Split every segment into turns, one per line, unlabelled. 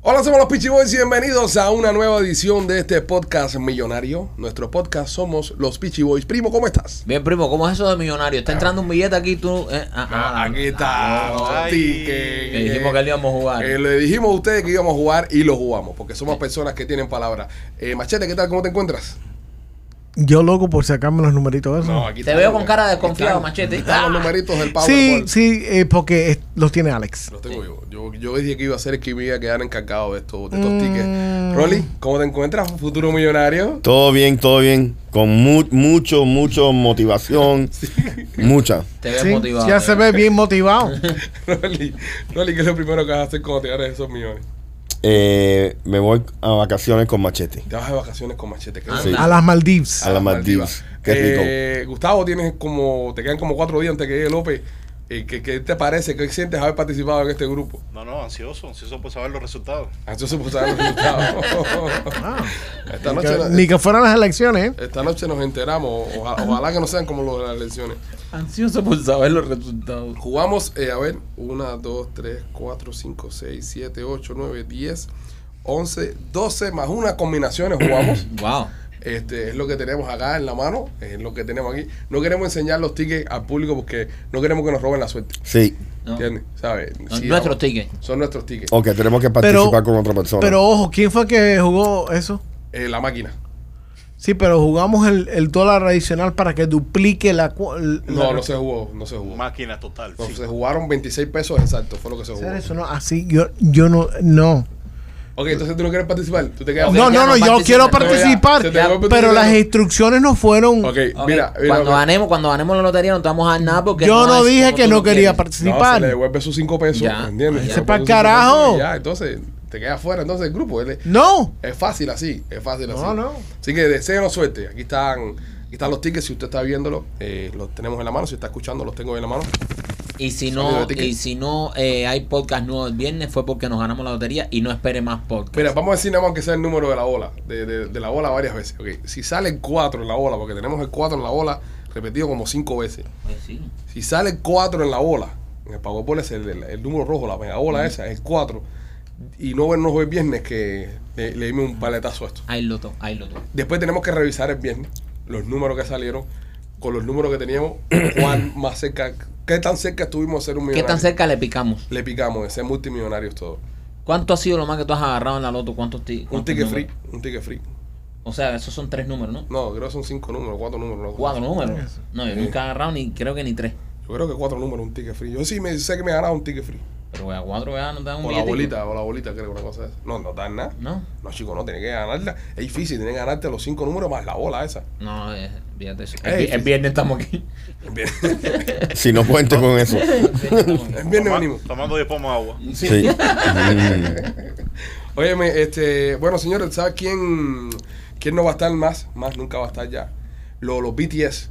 Hola, somos los Peachy Boys y bienvenidos a una nueva edición de este podcast millonario. Nuestro podcast somos los Peachy Boys. Primo, ¿cómo estás?
Bien, primo, ¿cómo es eso de millonario? Está entrando un billete aquí, tú. eh, ah, ah,
Aquí está.
ay.
Tiki.
Le dijimos que le íbamos a jugar.
Eh, le dijimos a ustedes que íbamos a jugar y lo jugamos, porque somos personas que tienen palabra. Eh, Machete, ¿qué tal? ¿Cómo te encuentras?
Yo loco por sacarme los numeritos esos.
aquí
Te
están-
veo con cara de desconfiado,
están-
Machete.
están los
Ah.
numeritos del
sí,
PowerPoint.
sí, eh, porque es- los tiene Alex.
Los tengo yo. yo. Yo dije que iba a ser el que me iba a quedar encargado de estos, de estos
Mm.
tickets. Rolly, ¿cómo te encuentras, futuro millonario?
Todo bien, todo bien. Con mu- mucho, mucho motivación. Mucha.
Te veo
Sí,
motivado. eh.
ya
te
se
veo.
ve bien motivado.
Rolly, Rolly, ¿qué es lo primero que vas a hacer cuando te ganes esos millones?
Eh, me voy a vacaciones con machete.
Te vas de vacaciones con machete. ¿qué
Anda.
rico.
A las Maldives.
A las Maldivas. Qué rico.
Eh, Gustavo, tienes como, te quedan como cuatro días antes que llegue López. Eh, ¿qué, qué te parece? ¿Qué sientes haber participado en este grupo? Ah,
No, no, ansioso, ansioso por saber los resultados.
Ansioso por saber los resultados. esta,
Ni que-
noche,
Ni que fueran las elecciones. ¿eh?
esta noche nos enteramos. Ojalá, ojalá que no sean como los de las elecciones.
Ansioso por saber los resultados.
Jugamos, eh, a ver, 1, 2, 3, 4, 5, 6, 7, 8, 9, 10, 11, 12, más una combinaciones jugamos.
Wow.
Este, es lo que tenemos acá en la mano, es lo que tenemos aquí. No queremos enseñar los tickets al público porque no queremos que nos roben la suerte.
Sí.
No.
¿Entiendes? ¿Sabes?
No,
Sí,
nuestros
vamos.
tickets.
Son nuestros tickets.
Ok, tenemos que participar con otra persona.
Pero ojo, ¿quién fue que jugó eso?
Eh, la máquina.
Sí, pero jugamos el, el dólar adicional para que duplique la. cu- l-
No,
la-
no se jugó, no se jugó.
Máquina total.
No,
sí.
Se jugaron 26 pesos exacto, fue lo que se jugó.
Hacer eso, no, así, yo, yo no, no.
Ok, entonces tú no quieres participar, tú te quedas.
Ok,
No,
ya
no,
no
no, yo
participa.
quiero
No, ya,
participar,
se te fue tu
pero
dinero.
las instrucciones no fueron.
Ok, mira,
Ok,
mira.
cuando
mira.
ganemos, cuando ganemos la lotería no te vamos a dar nada porque
Yo no
es
dije
como
que
tú
no
lo
quería
quieres.
No, se
participar.
le devuelve sus 5 pesos,
Ya.
¿entiendes?
Ese
Se le
pa'l
devuelve sus cinco
carajo.
pesos y Ya, entonces te quedas fuera entonces del grupo. él es-
No.
Es fácil así, es fácil así.
No, no.
Así que deseenos suerte. Aquí están, aquí están los tickets, si usted está viéndolo, eh, los tenemos en la mano, si está escuchando, los tengo en la mano.
Y si
Sonido
no,
de ticket.
y si no eh, hay podcast nuevo el viernes fue porque nos ganamos la lotería y no espere más podcast.
Mira, vamos a decir nada más que sea el número de la bola, de, de- de la bola varias veces. Ok, Si sale el 4 en la bola, porque tenemos el 4 en la bola repetido como 5 veces.
Pues sí.
Si sale el 4 en la bola, en el Powerball es el, el- el número rojo, la mega bola esa, el 4, y no vernos hoy viernes que le, le dimos un paletazo a esto.
Ahí lo to, ahí lo to.
Después tenemos que revisar el viernes los números que salieron con los números que teníamos, cuán más cerca, qué tan cerca estuvimos de ser un
¿Qué
millonario.
tan cerca le picamos?
Le picamos de ser multimillonarios todos.
¿Cuánto ha sido lo más que tú has agarrado en la loto? ¿Cuántos ti-
Un
cuántos
ticket free,
números?
un ticket free.
O sea, esos son tres números, ¿no?
No, creo que son cinco números, cuatro números. no.
Cuatro números. No, yo
Sí.
nunca he agarrado ni creo que ni tres.
Yo creo que cuatro números, un ticket free. Yo sí me sé que me he ganado un ticket free.
Pero a cuatro veas no te dan un
O la
billetico.
bolita, o la bolita, creo, una cosa de esa. No, no dan nada.
No,
No, chico, no, tienes que ganarla. Es difícil, tienes que ganarte los cinco números más la bola esa.
no, eh, fíjate eso.
Ey,
el, vi- el viernes estamos aquí.
Bien.
Si no cuente con eso.
En viernes
Toma-
venimos.
Tomando de pomo agua.
Sí. Mm.
Óyeme, este, bueno, señores, ¿sabes quién, quién no va a estar más? Más nunca va a estar ya. Los, los BTS,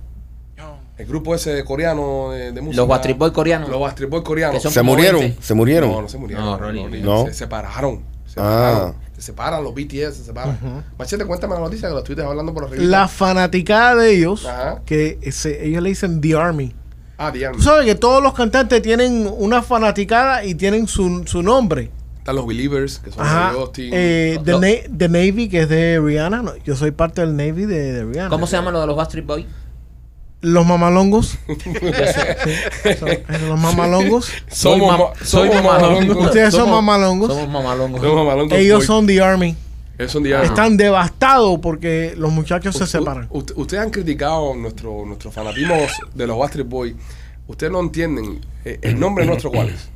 el grupo ese coreano de, de música.
Los Backstreet Boys coreanos.
Los Backstreet Boys
Que
coreanos.
son
Se murieron, se murieron.
No, no se murieron.
No, Rolly,
Rolly,
no.
Se separaron. Se
Ah.
separaron. Se separan los BTS, se separan. Machete, cuéntame la noticia que lo estuviste hablando por arriba.
La fanaticada de ellos,
Ajá.
que se- ellos le dicen The Army.
Ah, dígame.
Tú sabes que todos los cantantes tienen una fanaticada y tienen su, su nombre.
Están los Believers, que son
Ajá.
de Austin.
Eh, the,
Lo-
Na- the Navy, que es de Rihanna. No, yo soy parte del Navy de, de Rihanna.
¿Cómo se llama lo de los Backstreet Boys?
Los mamalongos. Sí, son- son los mamalongos.
Somos
Soy ma-
ma-
soy
somos
mamalongo.
mamalongos.
Ustedes son
Somos-
mamalongos.
Somos mamalongos.
Somos mamalongos.
Ellos
Boy.
son The Army.
Ellos son diablos.
Están devastados porque los muchachos se
U-
separan.
u- Ustedes han criticado nuestro, nuestro fanatismo de los Backstreet Boys. Ustedes no entienden eh, el nombre nuestro cuál es.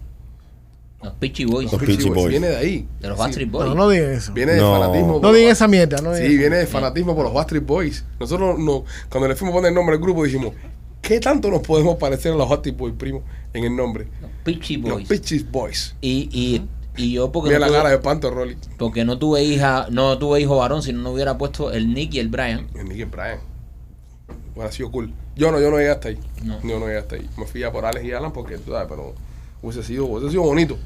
Los Pitchy Boys.
Los- Beastie Boys.
Viene de ahí.
De los
Sí,
Backstreet Boys.
No, no digan eso.
Viene del
No.
fanatismo. por
No
los
digan
Ba-
esa mierda. No digan
Sí,
eso.
viene del fanatismo por los Backstreet Boys. Nosotros, no, cuando le fuimos a poner el nombre al grupo, dijimos, ¿qué tanto nos podemos parecer a los Backstreet Boys, primo, en el nombre?
Los Pitchy
Los
Boys.
Pitches Boys.
Y, y, y yo porque
Mira
no,
la cara
tuve,
de espanto, Rolly.
porque no tuve hija, no tuve hijo varón, si no no hubiera puesto el Nick y el Brian.
El Nicky Bryan. Hubiera sido cool. Yo no, yo no llegué hasta ahí.
No.
Yo no llegué hasta ahí. Me fui a por Alex y Alan porque, tú sabes, pero hubiese sido, hubiese sido bonito.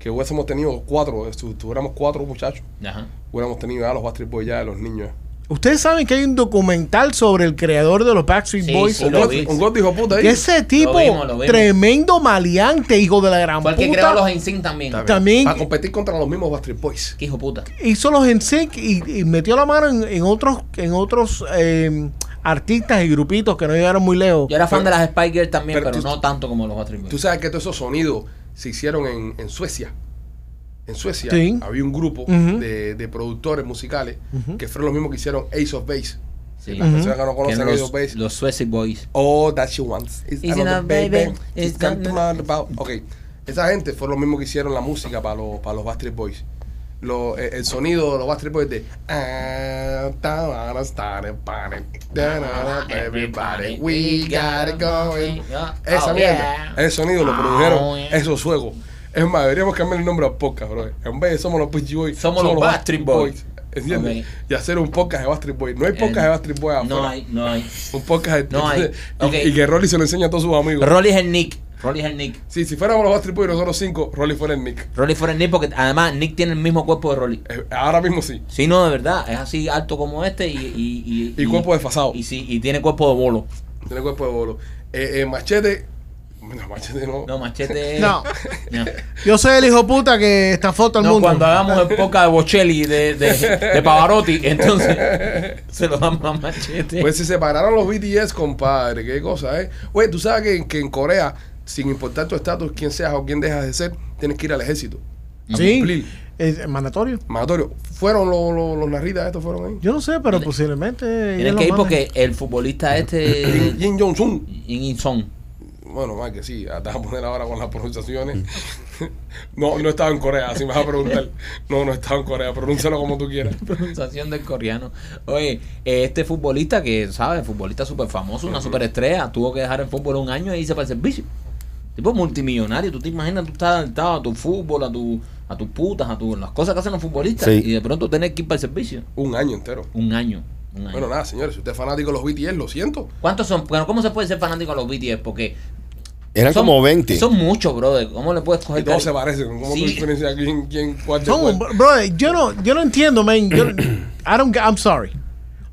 que hubiésemos tenido cuatro, eh, si tuviéramos cuatro muchachos,
Ajá.
hubiéramos tenido ya los Backstreet Boys ya de los niños.
Ustedes saben que hay un documental sobre el creador de los Backstreet
Sí,
Boys.
sí,
Un
lo
God,
vi.
un God dijo puta ahí.
Que ese tipo,
vimos, lo vimos.
tremendo maleante, hijo de la gran
Fue el que
puta,
creó los Ensign también.
Está bien.
también-
Para competir contra los mismos Backstreet Boys.
Qué hijo de puta.
hizo los NSYNC y, y metió la mano en, en otros, en otros eh, artistas y grupitos que no llegaron muy lejos.
Yo era fan de las Spy Girls también,
pero
pero,
tú-
no tanto como los Backstreet Boys.
Tú sabes que todos esos sonidos se hicieron en, en Suecia. En Suecia
Sí.
había un grupo
Ujú.
de, de productores musicales que fueron los mismos que hicieron Ace of Base.
Sí.
Las personas que no
Que
conocen Ace of
los,
Base.
los Suicide Boys.
All that she wants is
Is
another
another
baby.
baby.
It's
It's
come to
another-
my about- Ok, esa gente fue lo mismo que hicieron la música para los, para los Backstreet Boys. Lo- eh, el sonido de los Backstreet Boys de "Ah, ta, wa, ra, sta, re, pa, re, da, na,
Ah,
na, Everybody, we got it going. Esa
Oh,
mierda,
yeah.
el sonido lo
Oh,
produjeron
yeah.
esos suegos. Es más, deberíamos cambiar el nombre al podcast, bro. En vez de somos los Peachy Boys,
Somos los Backstreet Boys.
¿Entiendes?
Ok.
Y hacer un podcast de Backstreet Boys. No hay podcast de Backstreet Boys afuera.
Eh, No hay, no hay.
Un podcast de-
No hay.
entonces, y-
Ok.
y, que Rolly se lo enseña a todos sus amigos.
Rolly es el Nick. Rolly es el Nick.
Sí, si fuéramos los Backstreet Boys nosotros cinco, Rolly fuera el Nick.
Rolly fue el Nick porque además Nick tiene el mismo cuerpo de Rolly.
Eh, ahora mismo sí.
Sí, no, de verdad. Es así alto como este y... Y,
Y cuerpo desfasado.
Y, sí, y tiene cuerpo de bolo.
Tiene cuerpo de bolo. Eh, eh, machete. No, machete no.
No, machete...
No.
No.
Yo soy el hijo puta que está foto al
No,
mundo.
cuando hagamos el poca de Bocelli, de, de, de Pavarotti, entonces se lo damos a Machete.
Pues se separaron los BTS, compadre. Qué cosa, ¿eh? Oye, tú sabes que, que en Corea, sin importar tu estatus, quién seas o quién dejas de ser, tienes que ir al ejército. a
Sí,
cumplir.
es mandatorio.
Mandatorio. ¿Fueron los, los, los narritas estos? ¿Fueron ahí?
Yo no sé, pero posiblemente.
Tienes
ellos
que ir
lo manden.
porque el futbolista este,
Jin Jong-un.
In In Song,
Bueno, más que sí, te vas a poner ahora con las pronunciaciones. No, no estaba en Corea, así me vas a preguntar. No, no estaba en Corea, pronúncialo como tú quieras.
pronunciación del coreano. Oye, eh, este futbolista que, ¿sabes? Futbolista súper famoso, una súper estrella, tuvo que dejar el fútbol un año y irse para el servicio. Tipo multimillonario, tú te imaginas, tú estás adaptado a tu fútbol, a tu a tus putas, a tu, las cosas que hacen los futbolistas
Sí.
y de pronto tener que ir para el servicio.
Un año entero.
Un año. Un año.
Bueno, nada, señores, si usted es fanático de los BTS, lo siento.
¿Cuántos son? Bueno, ¿cómo se puede ser fanático a los BTS? Porque
Eran
son-
como 20.
Son muchos, brother. ¿Cómo le puedes
Y
coger
todos se
cariño?
parecen. ¿Cómo tú
Sí.
diferencias quién, quién, cuál de
Son,
cuál?
brother, yo no, yo no entiendo, man. Yo, I don't, I'm sorry.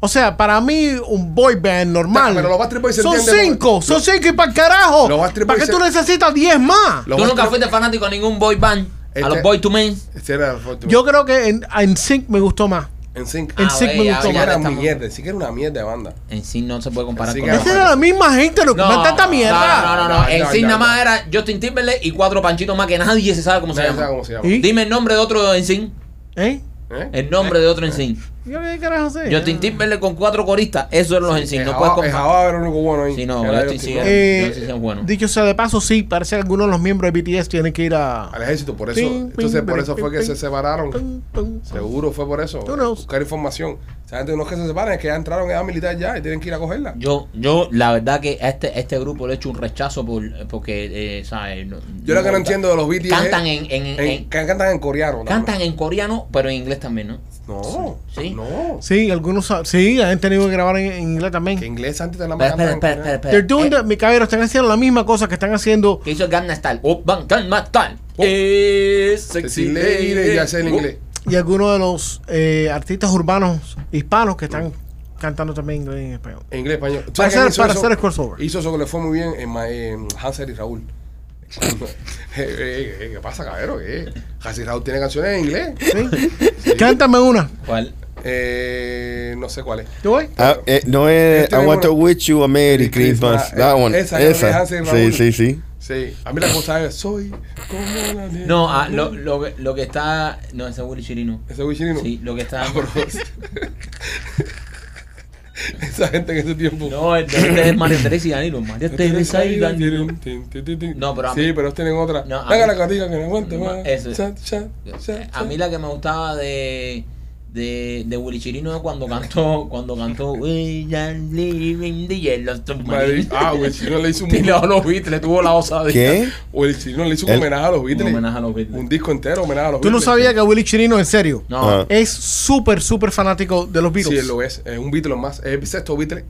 O sea, para mí, un boy band normal.
No, pero los Backstreet Boys se
son
entienden
cinco,
porque-
son cinco y para el carajo.
Los Backstreet
¿Para
Boys
qué
se-
tú necesitas diez más?
Los
Tú nunca
Backstreet-
fuiste fanático a ningún boy band.
Este-
a los boy to men.
Este era el foto.
Yo creo que en, en Sync me gustó más.
En Sync.
En
En
Ah,
Sync me
ve,
gustó
ya,
Sync
más.
ya.
era
estamos-
mierda, en Sync era una mierda de banda.
En sí no se puede comparar
Sí
con
que
los
Esa era
no.
la misma gente, lo que
No,
manda esta mierda.
No, no, no, no.
No,
En
no,
sí
no,
nada
no.
más era Justin Timberlake y cuatro panchitos más que nadie se sabe cómo se
Nadie sabe
llama.
cómo se llama.
¿Y?
Dime el nombre de otro en sí.
¿Eh?
¿Eh?
El nombre de otro en sí.
Yo qué carajo sé.
Justin Timberlake con cuatro coristas. Eso eran los en sí.
El
No puedes
Java- el
comparar.
Java era el único bueno ahí.
Sí, no,
Era
Justin
Justin
sí
Bieber.
era.
Eh,
Yo sí sé bueno.
Dicho sea de paso, sí, parece que algunos de los miembros de BTS tienen que ir a.
Al ejército, por eso.
Ping,
Entonces,
ping,
por eso
ping,
fue que
ping,
se
ping.
separaron.
Pum, pum.
Seguro fue por eso.
Who knows?
Buscar información. O sea, gente no es que se separan, es que ya entraron en edad militar ya y tienen que ir a cogerla.
Yo, yo, la verdad que a este, a este grupo le he hecho un rechazo por, porque, eh, ¿sabes? No-
Yo lo que no entiendo de los BTS.
Cantan en- en- en-
can- cantan en coreano. ¿no?
eh. Cantan en coreano, pero en inglés también, ¿no?
No.
Sí.
No.
Sí, algunos. sa- Sí, han tenido que grabar en, en inglés también.
Que inglés antes de la
Espera,
cantan
espera,
en
espera,
coreano.
espera, espera.
They're doing
Eh,
the- mi caballero, están haciendo la misma cosa que están haciendo.
que hizo Gangnam Style. Oh, bang, Gangnam Style.
Oh.
Eh,
Sexy
sexy
lady,
lady.
ya sé en
Uh.
Oh.
inglés.
Y algunos de los eh, artistas urbanos hispanos que están cantando también inglés y en español.
En inglés, español. ¿Tú
Para
sabes quién
hacer-
hizo
para
eso?
hacer el crossover.
Hizo eso que le fue muy bien en, Ma- en Hansel y Raúl. Eh, eh, eh, ¿Qué pasa, cabrero? ¿Qué? Hansel y Raúl tiene canciones en inglés.
¿Sí? Cántame una.
¿Cuál?
Eh, no sé cuál es.
¿Yo voy?
Ah, eh, no es
Este
I
número-
want to wish you a Merry Christmas.
Christmas, eh,
That one.
esa creo que
Esa.
es Hansel y
Sí,
Raúl.
sí, sí.
Sí. A mí la cosa es, soy como la nieve.
No, ah, lo, lo, que- lo que está. No, ese es Willy Chirino.
Ese Wichirino.
Sí, lo que está.
Ah, por favor. Esa gente en ese tiempo.
No, este el de este es María Teresa y Danilo. María Teresa y Danilo. No,
No,
pero a mí-
Sí, pero tienen otra.
No, a
Venga
mí-
la cartica que me aguante
Ma-
más.
eso es.
Cha, cha, cha,
A mí la que me gustaba de. De, de Willy Chirino es cuando cantó cuando cantó We are living the yellow
Madre-
submarine".
Ah, güey, el chino le hizo un.
Y luego los Beatles tuvo la osadía
¿Qué?
O el chino le hizo un
El-
homenaje a los
Un
Beatles.
homenaje a los Beatles.
Un disco entero homenaje a los
Tú no
Beatles.
sabías que Willy Chirino, en serio,
No,
Ah.
es súper, súper fanático de los
Sí,
Beatles.
él lo es. Es un Beatle más. Es el sexto Beatle.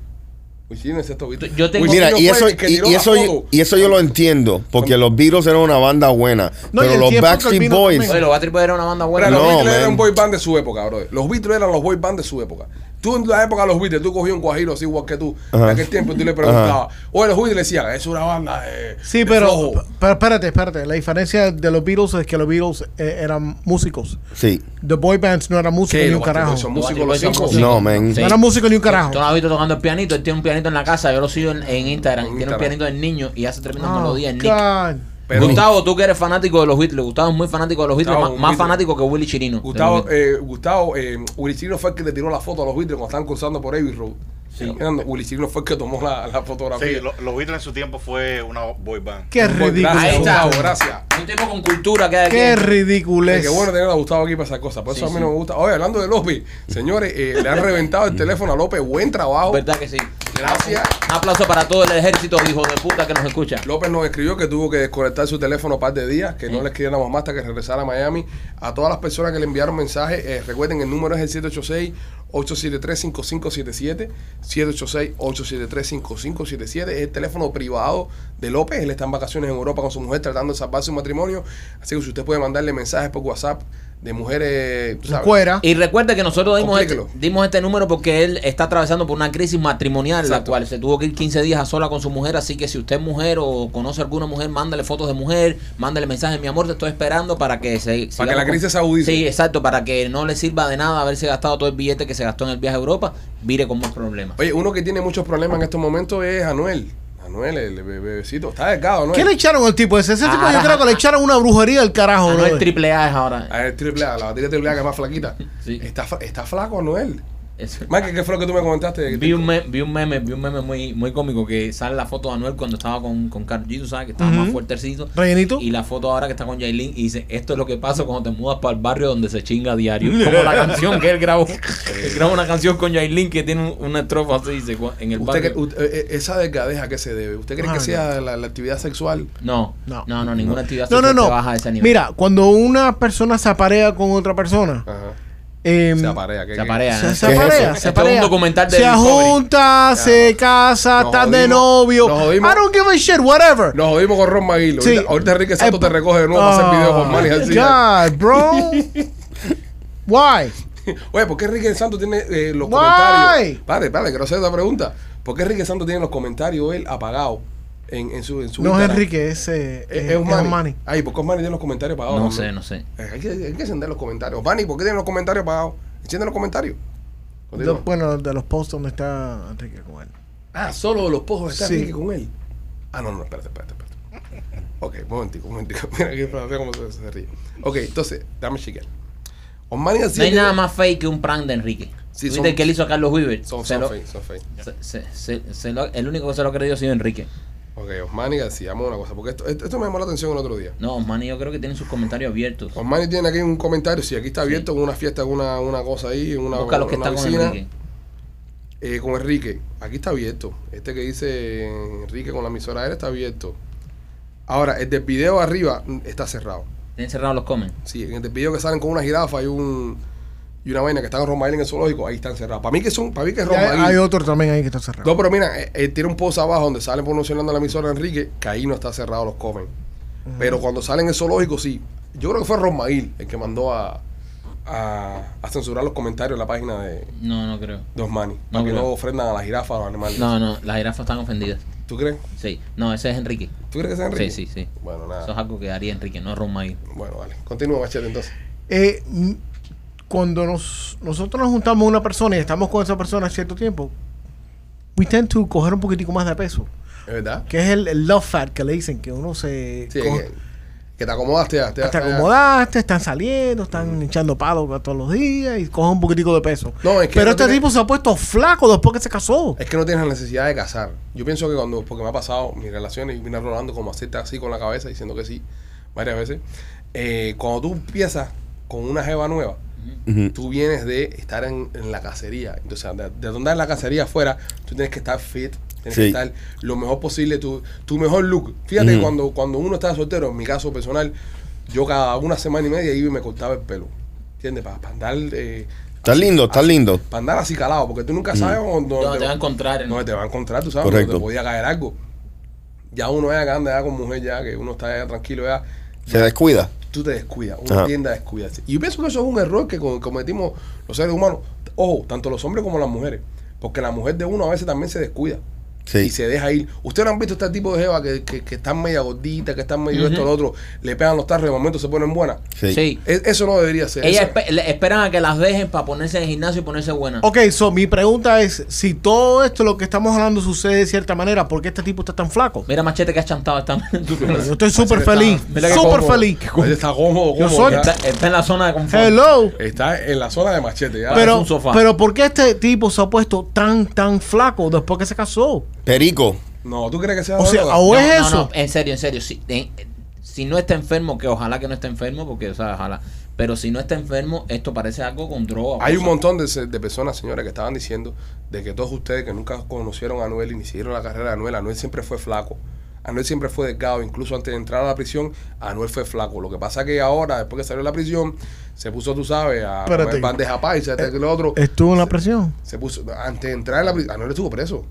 Wisin es esto, ¿viste?
Yo tengo-
Wisin
Mira,
no
y
fue
eso,
el que
y,
tiró
y
la
eso,
foto.
y eso yo lo entiendo, porque los Beatles eran una banda buena,
No, y
pero
el tiempo
los
que el
Backstreet
vino
Boys,
Oye, los Backstreet Boys era una banda buena.
Pero los
No,
Beatles
man.
eran boy band de su época, bro. Los Beatles eran los boy band de su época. Tú en la época de los Beatles, tú cogías un guajiro así igual que tú. En
Ajá.
aquel tiempo tú le preguntabas. Oye, los Beatles le decían, es una banda de.
Sí,
de
pero,
flojo".
pero espérate, espérate. La diferencia de los Beatles es que los Beatles eh, eran músicos.
sí.
The boy bands no eran músicos
Sí,
ni
los
un carajo.
Beatles son
No
músicos,
Los
los
Beatles
cinco.
son músicos.
No, man.
Sí.
eran músicos ni un
Tú
carajo.
no has visto tocando el pianito, él tiene un pianito en la casa, yo lo sigo en, en Instagram,
En
tiene un
Instagram.
pianito del niño y hace tremendas
Oh,
melodías en Nick.
God.
Pero-
Gustavo, tú que eres fanático de los Beatles, Gustavo es muy fanático de los Beatles,
Gustavo,
más, más
Beatles.
fanático que Willy Chirino. de los
Gustavo,
Beatles.
eh, Gustavo, eh, Willy Chirino fue el que le tiró la foto a los Beatles cuando estaban cruzando por Abbey Road. Eran- Willy Chirino fue el que tomó la, la fotografía.
Sí, lo- los Beatles en su tiempo fue una boy band.
Qué
Pues,
ridículo.
Ahí está,
Gustavo.
gracias.
un tipo con cultura que hay aquí.
Qué
Sí,
ridículo
Qué bueno tener a Gustavo aquí para esas cosas. Por eso
Sí,
a mí
sí.
no me gusta. Oye, hablando de López, señores, eh, le han reventado el teléfono a López. Buen trabajo.
¿Verdad que sí?
Gracias.
Un aplauso para todo el ejército de hijos de puta que nos escucha.
López nos escribió que tuvo que desconectar su teléfono un par de días, que no le escribiéramos más hasta que regresara a Miami. A todas las personas que le enviaron mensajes, eh, recuerden, el número es el 786-873-5577. 786-873-5577 es el teléfono privado de López. Él está en vacaciones en Europa con su mujer tratando de salvar su matrimonio. Así que si usted puede mandarle mensajes por WhatsApp de mujeres... tú sabes.
Cuera.
Y recuerda que nosotros dimos este,
Complíquelo.
dimos este número porque él está atravesando por una crisis matrimonial, la
Exacto.
cual se tuvo que ir 15 días a sola con su mujer. Así que si usted es mujer o conoce a alguna mujer, mándale fotos de mujer, mándale mensajes, mi amor, te estoy esperando para que se. sigamos
que la
con-
crisis se agudice.
Sí, exacto, para que no le sirva de nada haberse gastado todo el billete que se gastó en el viaje a Europa, vire con más problemas.
Oye, uno que tiene muchos problemas en estos momentos es Anuel. Anuel, el be- bebecito. Está delgado, ¿no?
¿Qué le echaron al tipo ese? Ese tipo
Ahora,
yo creo que le
Pues. ah,
echaron una brujería al carajo,
Ah, no
brother.
es triple A es ahora.
A ver, triple A, la batería triple A que es más flaquita.
Sí.
Está, fa- está flaco, Anuel.
Es-
Mike, ¿qué fue lo que tú me comentaste?
Vi un, me- vi un meme, vi un meme muy, muy cómico que sale la foto de Anuel cuando estaba con, con Karol G, tú sabes que estaba más
Ujú.
fuertecito.
Rellenito.
Y la foto ahora que está con Yailin y dice, esto es lo que pasa cuando te mudas para el barrio donde se chinga a diario. Como la canción que él grabó. Él grabó una canción con Yailin que tiene un- una estrofa así, dice, "Cu- en el
¿Usted
barrio.
cree- u- eh, eh, ¿Esa delgadez a qué se debe? ¿Usted cree
Ah,
que
no.
sea la, la actividad sexual?
no, no,
No.
no, ninguna actividad
No, no,
sexual
no.
te baja a ese nivel.
Mira, cuando una persona se aparea con otra persona,
Ajá.
eh,
Se aparea. ¿qué-
se
qué-
aparea.
se,
¿no?
se
¿Qué es
aparea, se
eso?
Esto es un
aparea.
documental de
se
Discovery.
junta, se casa,
Nos
están de
jodimos,
novio.
nos jodimos.
I don't give a shit, whatever.
Nos jodimos con Ron Maguilo.
Sí.
Ahorita, ahorita Enrique Santos
Eh,
te recoge de nuevo para hacer videos con Manny García.
Ah, God, bro. Why?
¿eh? Oye, ¿por qué Enrique Santos tiene eh, los
Why?
comentarios? Padre, padre, que no sea esa pregunta. ¿Por qué Enrique Santos tiene los comentarios él apagados en, en su, en su
No es
Instagram?
Enrique, ese eh,
Es,
es
es Manny.
Manny.
Ay, ¿por qué Manny tiene los comentarios apagados?
No
también?
sé, no sé.
Eh, Hay que, hay que encender los comentarios. Manny, ¿por qué tiene los comentarios apagados? Enciende los comentarios. Continúa.
De- bueno, de los posts donde está Enrique con él.
Ah, solo los pojos está
Sí.
Enrique con él. Ah, no, no, espérate, espérate, espérate. Ok, un momentico, un momentico. Mira que Francia cómo se, se ríe. Ok, entonces, dame chiquel. Osmani García.
No hay
tiene-
nada más fake que un prank de Enrique.
Sí,
¿Viste
son-
el que le hizo a Carlos Weaver?
Son,
Se
son
lo-
fake, son fake.
se- se- se- se lo- el único que se lo ha creído ha sido Enrique.
Ok, Osmani García, vamos a una cosa, porque esto, esto, esto me llamó la atención el otro día.
No, Manny, yo creo que tienen sus comentarios abiertos.
Osmani tiene aquí un comentario, sí, aquí está abierto en una fiesta, en una, una cosa ahí, en una,
Busca los que
una
están con
piscina.
Enrique.
Eh, con Enrique, aquí está abierto. Este que dice Enrique con la emisora aérea está abierto. Ahora, el del video arriba mm, está cerrado.
Tienen cerrados los comen.
Sí, en el del video que salen con una jirafa y un y una vaina que están en Roma Island en el zoológico, ahí están cerrados. Para mí que son, para mí que es
Y
Roma
Hay,
Island.
hay otro también ahí que está cerrado.
No, pero mira, eh, eh, tiene un post abajo donde salen promocionando la emisora de Enrique, que ahí no está cerrado, los comen. Pero cuando salen en el zoológico, sí. Yo creo que fue Romail el que mandó a, a, a censurar los comentarios en la página de,
No, no creo.
de Osmani.
No
para que
creo.
no ofrendan a la jirafa o a los animales.
No, no, las jirafas están ofendidas.
¿Tú crees?
Sí, no, ese es Enrique.
¿Tú crees que sea Enrique? Ah.
Sí, sí, sí.
Bueno,
Eso es
nada.
algo que haría Enrique, no Ron Mayer.
Bueno, vale. Continúa, Machete, entonces.
Eh, mm, cuando nos, nosotros nos juntamos a una persona y estamos con esa persona cierto tiempo, we tend to coger un poquitico más de peso.
¿Es verdad?
Que es el, el love fat que le dicen, que uno se...
Sí,
co-
que, que te acomodaste. ya, ya,
te
ya. Mm.
acomodaste, están saliendo, están echando palo todos los días y coge un poquitico de peso.
No, es que
Pero
no
este
tiene-
tipo se ha puesto flaco después que se casó.
Es que no tienes la necesidad de casar. Yo pienso que cuando, porque me ha pasado mis relaciones y vine rodando como hacerte así con la cabeza, diciendo que sí varias veces. Eh, cuando tú empiezas con una jeva nueva,
Ujú.
tú vienes de estar en, en la cacería. Entonces, de, de donde en la cacería afuera, tú tienes que estar fit, tienes que
Sí.
estar lo mejor posible, tu, tu mejor look. Fíjate,
Ujú.
cuando, cuando uno está soltero, en mi caso personal, yo cada una semana y media iba y me cortaba el pelo. ¿Entiendes? Para, andar eh,
Estás lindo, estás lindo.
Para andar así calado, porque tú nunca sabes dónde,
No,
dónde
te va a encontrar. ¿no?
dónde te va a encontrar, tú sabes,
Mm. Correcto.
donde te podía caer algo. Ya uno ya que anda ya con mujer, ya que uno está ya tranquilo, ya
Se descuida.
tú te descuidas, uno
Ajá.
tiende a descuidarse. Y yo pienso que eso es un error que co- cometimos los seres humanos, ojo, tanto los hombres como las mujeres, porque la mujer de uno a veces también se descuida.
Sí.
Y se deja ir. Ustedes no han visto este tipo de jeva que, que, que están media gordita, que están medio esto, lo otro, le pegan los tarros y de momento se ponen buenas.
Sí.
Sí.
E- eso no debería ser.
Ellas
eso-
espe- le- esperan a que las dejen para ponerse en el gimnasio y ponerse buena.
Ok, so mi pregunta es, si todo esto lo que estamos hablando sucede de cierta manera, ¿por qué este tipo está tan flaco?
Mira, machete que has chantado. Está,
Yo estoy súper
Está-
feliz,
mira que
súper
cómodo.
feliz.
Él está cómodo,
Yo
cómodo,
soy-
ya.
está, está en la zona de confort.
Hello.
Está en la zona de machete. Ya.
Pero,
un sofá.
pero ¿por qué este tipo se ha puesto tan, tan flaco después que se casó?
Perico.
no, ¿tú crees que sea
O sea,
droga?
¿o
No,
es
no,
eso?
no, en serio, en serio. Si, en- si no está enfermo, que ojalá que no esté enfermo, porque, o sea, ojalá. Pero si no está enfermo, esto parece algo con droga.
Hay
o
un
sea,
montón de, se- de personas, señores, que estaban diciendo de que todos ustedes que nunca conocieron a Anuel y ni siguieron la carrera de Anuel, Anuel siempre fue flaco. Anuel siempre fue delgado, incluso antes de entrar a la prisión, Anuel fue flaco. Lo que pasa que ahora, después que salió de la prisión, se puso, tú sabes, a comer
Espérate. eh,
bandeja paisa, este, lo otro.
Estuvo en la presión.
Se puso, antes de entrar en la prisión, Anuel estuvo preso.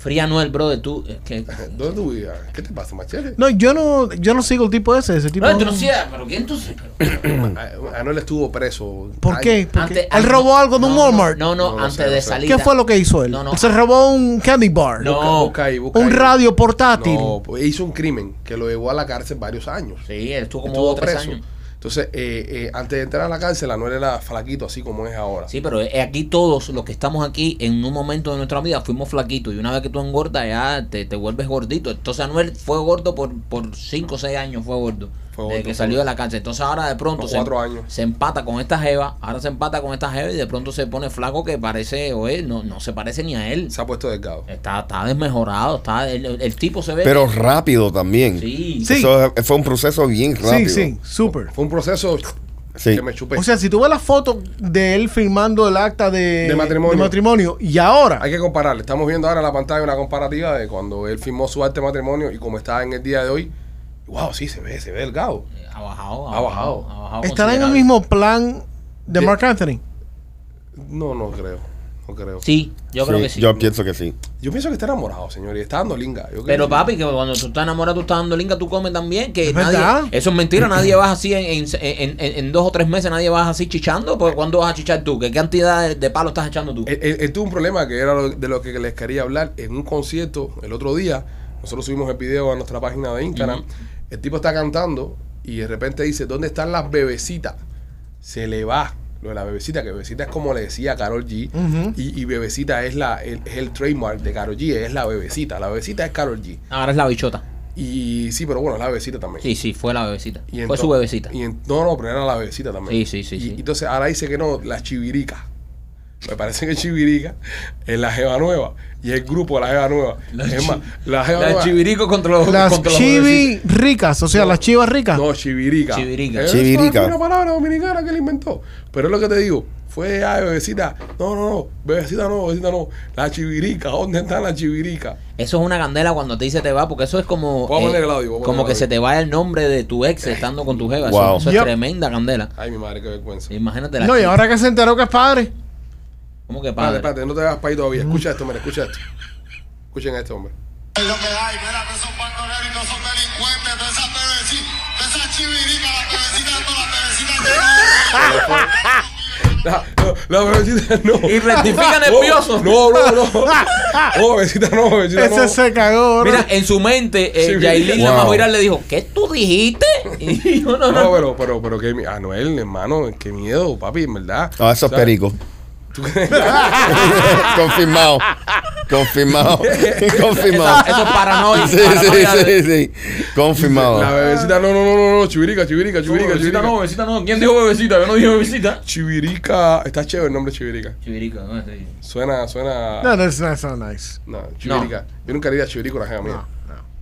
Fría Noel, brother, tú. eh, Que,
¿Dónde tú vivías? ¿Qué te pasa, machete?
No, yo no, yo no sigo el tipo ese, ese tipo.
no, tú no sigas, pero ¿quién tú sí?
A- Anuel estuvo preso.
¿Por
Ay,
qué? ¿Por qué?
Antes-
Él
antes-
robó algo de un
no, no,
Walmart.
No, no,
No, no
antes
sé, no
de
sé.
salir.
¿Qué fue lo que hizo él?
No, no.
Se robó un candy bar.
No.
Busca- busca ahí, busca
Un
ahí.
radio portátil.
No, pues, hizo un crimen que lo llevó a la cárcel varios años.
Sí, él estuvo como
estuvo
dos o tres
preso.
años.
Entonces, eh, eh, antes de entrar a la cárcel, Anuel era flaquito, así como es ahora.
Sí, pero eh, aquí todos los que estamos aquí en un momento de nuestra vida fuimos flaquitos. Y una vez que tú engordas, ya te, te vuelves gordito. Entonces Anuel fue gordo por 5 o 6 años, fue gordo.
Fue
desde
gordo,
que
fue
salió
gordo.
de la cárcel. Entonces ahora de pronto
Como
se,
cuatro años.
se empata con esta jeva. Ahora se empata con esta jeva y de pronto se pone flaco que parece, oye, no, no se parece ni a él.
Se ha puesto delgado.
Está, está desmejorado, está, el, el tipo se ve.
Pero rápido también.
sí.
Sí.
Eso fue un proceso bien
sí,
rápido.
sí, súper.
Fue un proceso
Sí.
que me chupé.
O sea, si tú ves la foto de él firmando el acta de,
De matrimonio.
matrimonio, y ahora,
Hay que compararle. Estamos viendo ahora en la pantalla una comparativa de cuando él firmó su arte de matrimonio y como está en el día de hoy. Wow, sí, se ve, se ve delgado.
Ha bajado.
Ha bajado.
¿estará en el
considerable.
mismo plan de
De-
Mark Anthony?
No, no creo. No creo.
Sí, yo creo que sí.
Yo pienso que sí.
Yo pienso que está enamorado, señor, y está dando linga. Yo creo
Pero
que-
papi, que cuando tú estás enamorado, tú estás dando linga, tú comes también. Que
Es
nadie,
verdad.
eso es mentira, nadie vas así en, en, en- en- en dos o tres meses, nadie vas así chichando. Porque ¿cuándo vas a chichar tú? ¿Qué cantidad de, de palo estás echando tú?
Él, él- él tuvo eh, un problema que era lo- de lo que les quería hablar en un concierto el otro día. Nosotros subimos el video a nuestra página de Instagram. El tipo está cantando y de repente dice, ¿dónde están las bebecitas? Se le va lo de la bebecita, que bebecita es como le decía Carol G.
Ujú.
y, y bebecita es, la, el, es el trademark de Carol G, es la bebecita. La bebecita es Carol G.
Ahora es la bichota.
Y sí, pero bueno, es la bebecita también.
Sí, sí, fue la bebecita.
Y
fue
ento-
su bebecita.
Y en, no, no, pero era la bebecita también.
Sí, sí, sí,
Y
sí.
entonces ahora dice que no, la chivirica. Me parece que chivirica es la jeva nueva. Y el grupo de la jeva nueva. es más, la jeva
La
nueva.
chivirico contra los
Las
contra los
chivis ricas, o sea, las chivas ricas.
No, chivirica.
Chivirica.
Eso
Chivirica.
Es una palabra dominicana que le inventó. Pero es lo que te digo. Fue a bebecita. No, no, no. Bebecita no, bebecita no. La chivirica. ¿Dónde está la chivirica?
Eso es una candela cuando a ti se te va, porque eso es como. eh,
Voy a poner el audio, voy a poner
como
el
que
audio.
se te va el nombre de tu ex estando con tu jeva. Eso-
Wow.
Eso,
Yep.
es tremenda candela.
Ay, mi madre, qué vergüenza.
Imagínate la.
No, y
chica.
ahora que se enteró que es padre.
¿Cómo que
Espérate,
padre?
espérate, no te vas para ahí todavía. Escucha esto, mira, escucha esto. Escuchen a este hombre.
Es lo que hay, mira, todos esos bandoleros y todos esos delincuentes, todas esas bebecitas, todas esas chiviricas, las bebecitas, todas las
La, no, la bebecita
bebecitas de
no. Oh,
Y rectifica nervioso.
No, no, no. No, bebecita no, bebecita
Ese
no.
se cagó.
Mira, en su mente, eh,
Sí,
Yailin nada más
wow.
oirá, le dijo, ¿qué tú dijiste? Y yo, no,
No,
no.
pero, pero, pero, que mi- Anuel, hermano, qué miedo, papi, en verdad.
Ah,
No, Ah, eso es
¿Sabes?
perico. Confirmado. Confirmado.
Eso,
Confirmado.
eso es paranoia.
Sí, sí,
paranoia de-
sí, sí.
La
Confirmado.
bebecita no, no, no, no, no, chivirica, chivirica, chivirica, chivirica.
bebecita no. ¿Quién dijo bebecita? Yo no dije bebecita.
Chivirica, está chévere el nombre chivirica.
Chivirica, no Este, sí.
Suena, suena.
No, no, it's not so nice.
No, chivirica. Yo nunca diría chivirica con la jeva mía.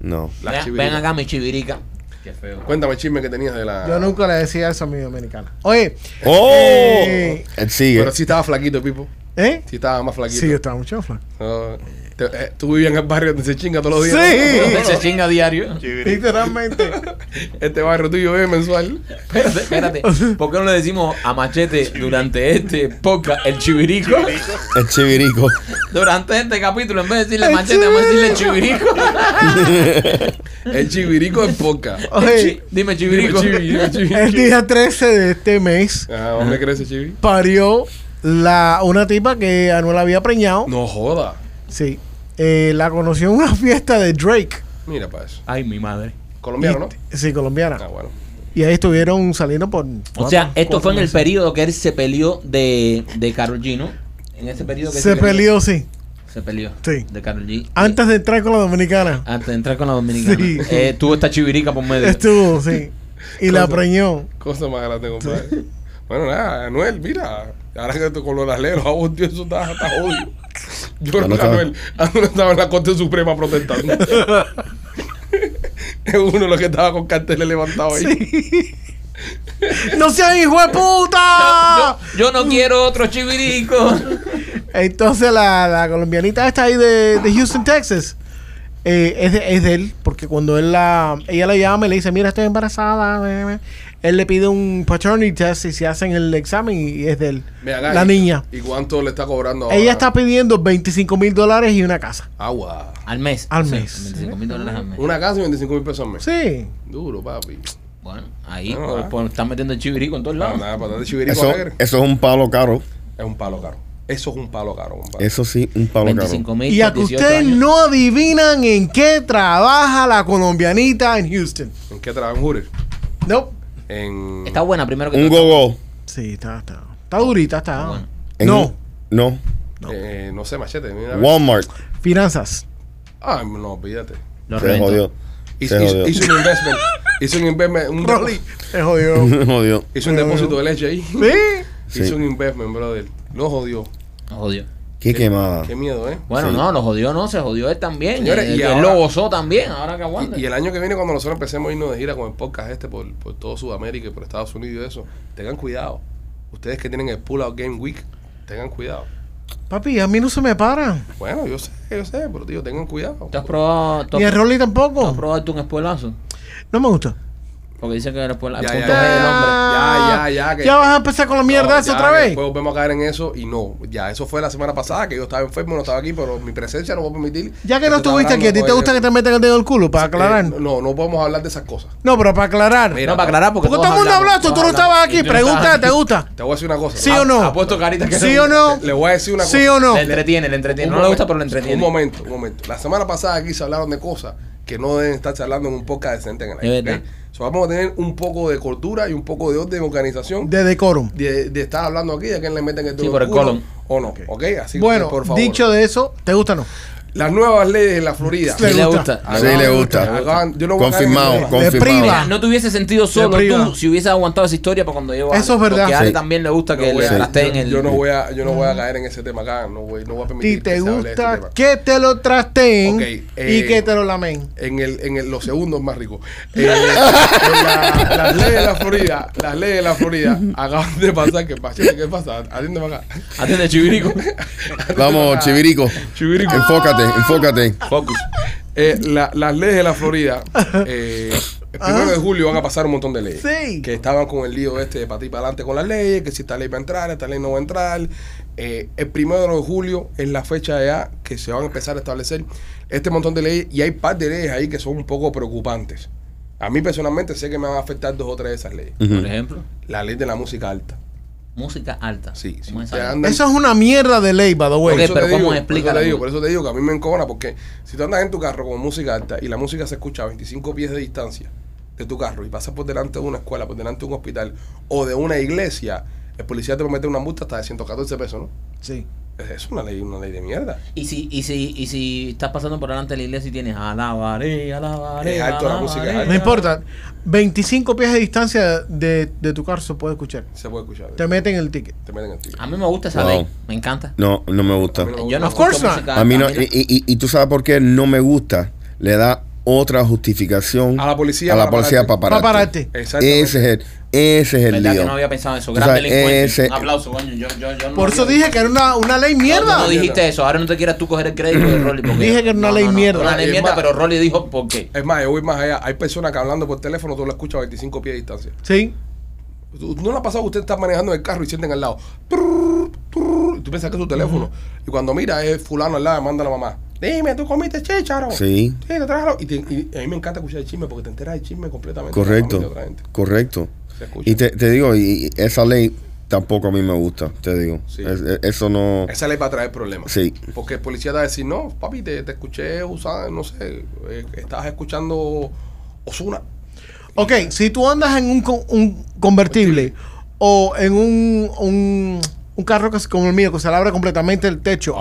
No.
La
Ven,
chivirica. Pues,
ven acá, mi chivirica. Qué feo.
Cuéntame el chisme que tenías de la.
Yo nunca le decía eso a mi dominicana. Oye,
¡Oh!
eh,
Él
eh.
sigue.
Pero sí estaba flaquito, Pipo.
¿Eh?
Sí, estaba más flaquito.
Sí, yo estaba mucho flaco.
No, te- eh, tú vivías en el barrio donde se chinga todos los días.
Sí,
Se chinga diario.
Chiviri.
literalmente.
¿no? Este barrio tuyo es mensual.
Espérate, espérate. ¿Por qué no le decimos a Machete durante este podcast el chivirico?
El chivirico.
Durante este capítulo, en vez de decirle
El
Machete, vamos a decirle chivirico.
El chivirico es poca.
Oye,
Dime chivirico.
Dime chivi, dime chivi.
el día 13 de este mes
Ah, ¿Dónde crece chivi?
parió la, una tipa que Anuel había preñado.
No joda.
Sí. Eh, la conoció en una fiesta de Drake.
Mira para eso.
Ay, mi madre.
Colombiano, ¿no?
Sí, colombiana.
Ah, bueno.
Y ahí estuvieron saliendo por.
O sea,
cuatro-
esto
cuatro
fue en el
meses.
periodo que él se peleó de, de Carol G, ¿no? En ese periodo que él
Se peleó, sí.
Se peleó.
Sí.
De Carol G.
Antes de entrar con la dominicana.
Antes de entrar con la dominicana.
Sí.
Eh, tuvo esta chivirica por medio.
Estuvo, sí. Y la preñó.
Cosa más grande, compadre. Bueno, nada, Anuel, mira. Ahora que tú con los aleros, a vos, Dios, eso está, está jodido. Yo creo
Anuel
que
estaba-
Anuel, Anuel estaba en la Corte Suprema protestando. es uno de los que estaba con carteles levantados ahí.
¡No sean hijo de puta!
Yo no quiero otro chivirico.
Entonces la, la colombianita esta ahí de, de Houston, Texas. eh, es, de, es de él, porque cuando él la, ella la llama y le dice, mira, estoy embarazada, bla, bla, bla", él le pide un paternity test y se hacen el examen y, y es de él.
Ve acá,
la
y-
niña.
¿Y cuánto le está cobrando ahora?
Ella está pidiendo 25 mil dólares y una casa.
Agua.
Al mes.
Al
Sí,
mes.
25 mil dólares al mes.
Una casa y 25 mil pesos al mes.
Sí.
Duro, papi.
Bueno, ahí
Bueno,
por-
ah.
por- están metiendo el chivirico en todos
Para
lados.
nada, para darle chivirico
Eso,
a ver.
eso es un palo caro.
Es un palo caro. Eso es un palo caro, compadre.
Eso sí, un palo
25 mil.
Y a
por
que
18
ustedes
años.
no adivinan en qué trabaja la colombianita en Houston.
¿En qué trabaja en Jure?
No.
En.
Está buena primero que
caro. Un
todo.
gogo.
Sí, está, está. Está durita, está.
Ah, bueno.
En-
No,
No.
eh, no sé, machete. mira, a ver.
Walmart.
finanzas.
Ah, no, olvídate.
Lo
Se
reventó.
jodió.
Hizo,
Se
hizo-
jodió.
hizo un investment. hizo un investment. Un depo-
Rolly, se jodió.
Se jodió.
hizo un depósito de leche ahí.
¿Sí?
Sí.
Hizo un investment, brother. Lo jodió.
Lo jodió.
Qué quemada.
Qué miedo, ¿eh?
Bueno, no, lo jodió, no, se jodió él también.
Señores,
el
y
el
ahora-
lo gozó también, ahora que aguanta.
Y, y el año que viene, cuando nosotros empecemos a irnos de gira con el podcast este por, por todo Sudamérica y por Estados Unidos y eso, tengan cuidado. Ustedes que tienen el Pull Out Game Week, tengan cuidado.
Papi, a mí no se me paran.
Bueno, yo sé, yo sé, pero tío, tengan cuidado.
¿Tú has probado, tú
Ni
has,
a Rolly
tú has
tampoco.
probado tú un espuelazo?
No me gusta.
Porque dicen que el espuelazo
Ya,
el punto
ya,
G del hombre.
Ya, ya, ya, que-
ya vas a empezar con la mierda
No,
esa
ya,
otra
que
vez.
Después volvemos a caer en eso y no. Ya, eso fue la semana pasada que yo estaba enfermo, no estaba aquí, pero mi presencia no va a permitir.
Ya que
se
no
está
estuviste aquí,
hablando
¿a ti te
todo
gusta que
eso.
te metan el dedo en el culo? Para
Eh,
aclarar.
no, no podemos hablar de esas cosas.
No, pero para aclarar.
Mira,
No, para aclarar, porque,
Porque todo el mundo habló esto, tú no estabas aquí. Pregunta, ¿te gusta?
Te voy a decir una cosa.
¿Sí o no?
Apuesto carita que
¿Sí
no.
o no?
Le voy a decir una cosa.
¿Sí o no?
Le entretiene, le entretiene.
Un
No le gusta,
momento,
pero le entretiene.
Un momento, un momento. La semana pasada aquí se hablaron de cosas que no deben estarse hablando en un podcast decente en el
Es
aire.
verdad.
¿ok? So, vamos a tener un poco de cultura y un poco de orden y organización de,
De decorum.
de estar hablando aquí de a quién le meten el
Sí,
dedo
por
en
el
culo
colon.
o no. ¿Ok? Así que,
Bueno,
por favor.
dicho de eso, ¿te gusta o no?
Las nuevas leyes en la Florida.
Sí,
Le
le
gusta.
gusta.
Sí, le gusta.
Acaban- yo no voy a caer en
Confirmado,
eso.
Le priva.
confirmado.
Mira, no te hubiese sentido solo
priva.
tú si hubiese aguantado esa historia para cuando yo.
Eso es verdad.
Porque a Ale
Sí.
también le gusta que
No voy
le
a-
trasteen
yo-
el.
yo no voy a yo no voy a caer en ese tema acá no voy no voy a
A
permitir
ti te
que se hable de este
gusta
tema.
que te lo trasteen
Ok,
y
eh,
que te lo lamen.
en el en el- los segundos más ricos Eh, en la- las leyes de la Florida las leyes de la Florida acaban de pasar que pasa que pasa atiéndeme acá
Atiende chivirico.
Vamos, Chivirico.
Chivirico.
Enfócate, enfócate.
Focus.
Eh, la- las leyes de la Florida eh, el primero de julio van a pasar un montón de leyes
Sí.
que estaban con el lío este de para ti para adelante con las leyes que si esta ley va a entrar esta ley no va a entrar Eh, el primero de julio es la fecha ya que se van a empezar a establecer este montón de leyes y hay par de leyes ahí que son un poco preocupantes a mí personalmente sé que me van a afectar dos o tres de esas leyes
Ujú.
Por ejemplo,
la ley de la música alta
música alta.
Sí, sí.
¿Cómo es
Te
alta?
andan-
Eso es una mierda de ley, by the
Pues,
way.
Por
Ok,
eso
pero
te
¿cómo
digo,
explica
Por eso,
la
te digo,
mu-
por eso te digo que a mí me encobra porque si tú andas en tu carro con música alta y la música se escucha a 25 pies de distancia de tu carro y pasas por delante de una escuela, por delante de un hospital o de una iglesia, el policía te promete una multa hasta de 114 pesos, ¿no?
Sí.
Es- Es una ley, una ley de mierda.
Y si, y si, y si estás pasando por delante de la iglesia y tienes alabaré, alabaré.
Es alto, la música es alta.
No importa. 25 pies de distancia de, de tu carro se puede escuchar.
Se puede escuchar.
Te meten el ticket.
Te meten el ticket.
A mí me gusta esa
Wow.
ley, me encanta.
No, no me gusta.
A mí no me
Yo no
Of course
escucho
not.
música
A mí no,
alta,
y, y- y tú sabes por qué no me gusta. Le da otra justificación
A la policía
a la
para
policía para
pararte.
pararte.
Para pararte.
Exactamente.
Ese es el, ese es el
¿Verdad
lío.
que no había pensado eso?
Tú
Gran
sabes,
delincuente.
ese-
Un aplauso, coño. Yo, yo, yo no
Por eso
había-
dije que era una, una ley
No,
mierda.
tú no dijiste eso. Ahora no te quieras tú coger el crédito de Rolly. porque-
Dije que era una ley mierda.
Una ley
Es
mierda,
más-
pero Rolly dijo por qué.
Es más, yo voy más allá. Hay personas que hablando por teléfono, tú la escuchas a 25 pies de distancia.
Sí.
Pues, ¿Tú- ¿No le ha pasado que usted está manejando el carro y sienten al lado? Prrr, prrr, y tú piensas que es tu teléfono. Y cuando mira, es fulano al lado, manda a la mamá. Dime, ¿tú comiste chícharo?
Sí.
te trajo". Y, te- y a mí me encanta escuchar el chisme porque te enteras del chisme completamente. de la familia de
Correcto,
otra gente.
correcto.
Se escucha.
Y te, te digo, y, y esa ley tampoco a mí me gusta, te digo.
Sí.
Es- es- eso no...
Esa ley va a traer problemas.
Sí.
Porque el policía te va a decir, no, papi, te, te escuché usar, no sé, eh, estabas escuchando Osuna.
Ok, si tú andas en un, co- un convertible o en un, un, un carro que es como el mío, que se le abre completamente el techo. o-
¡Oh!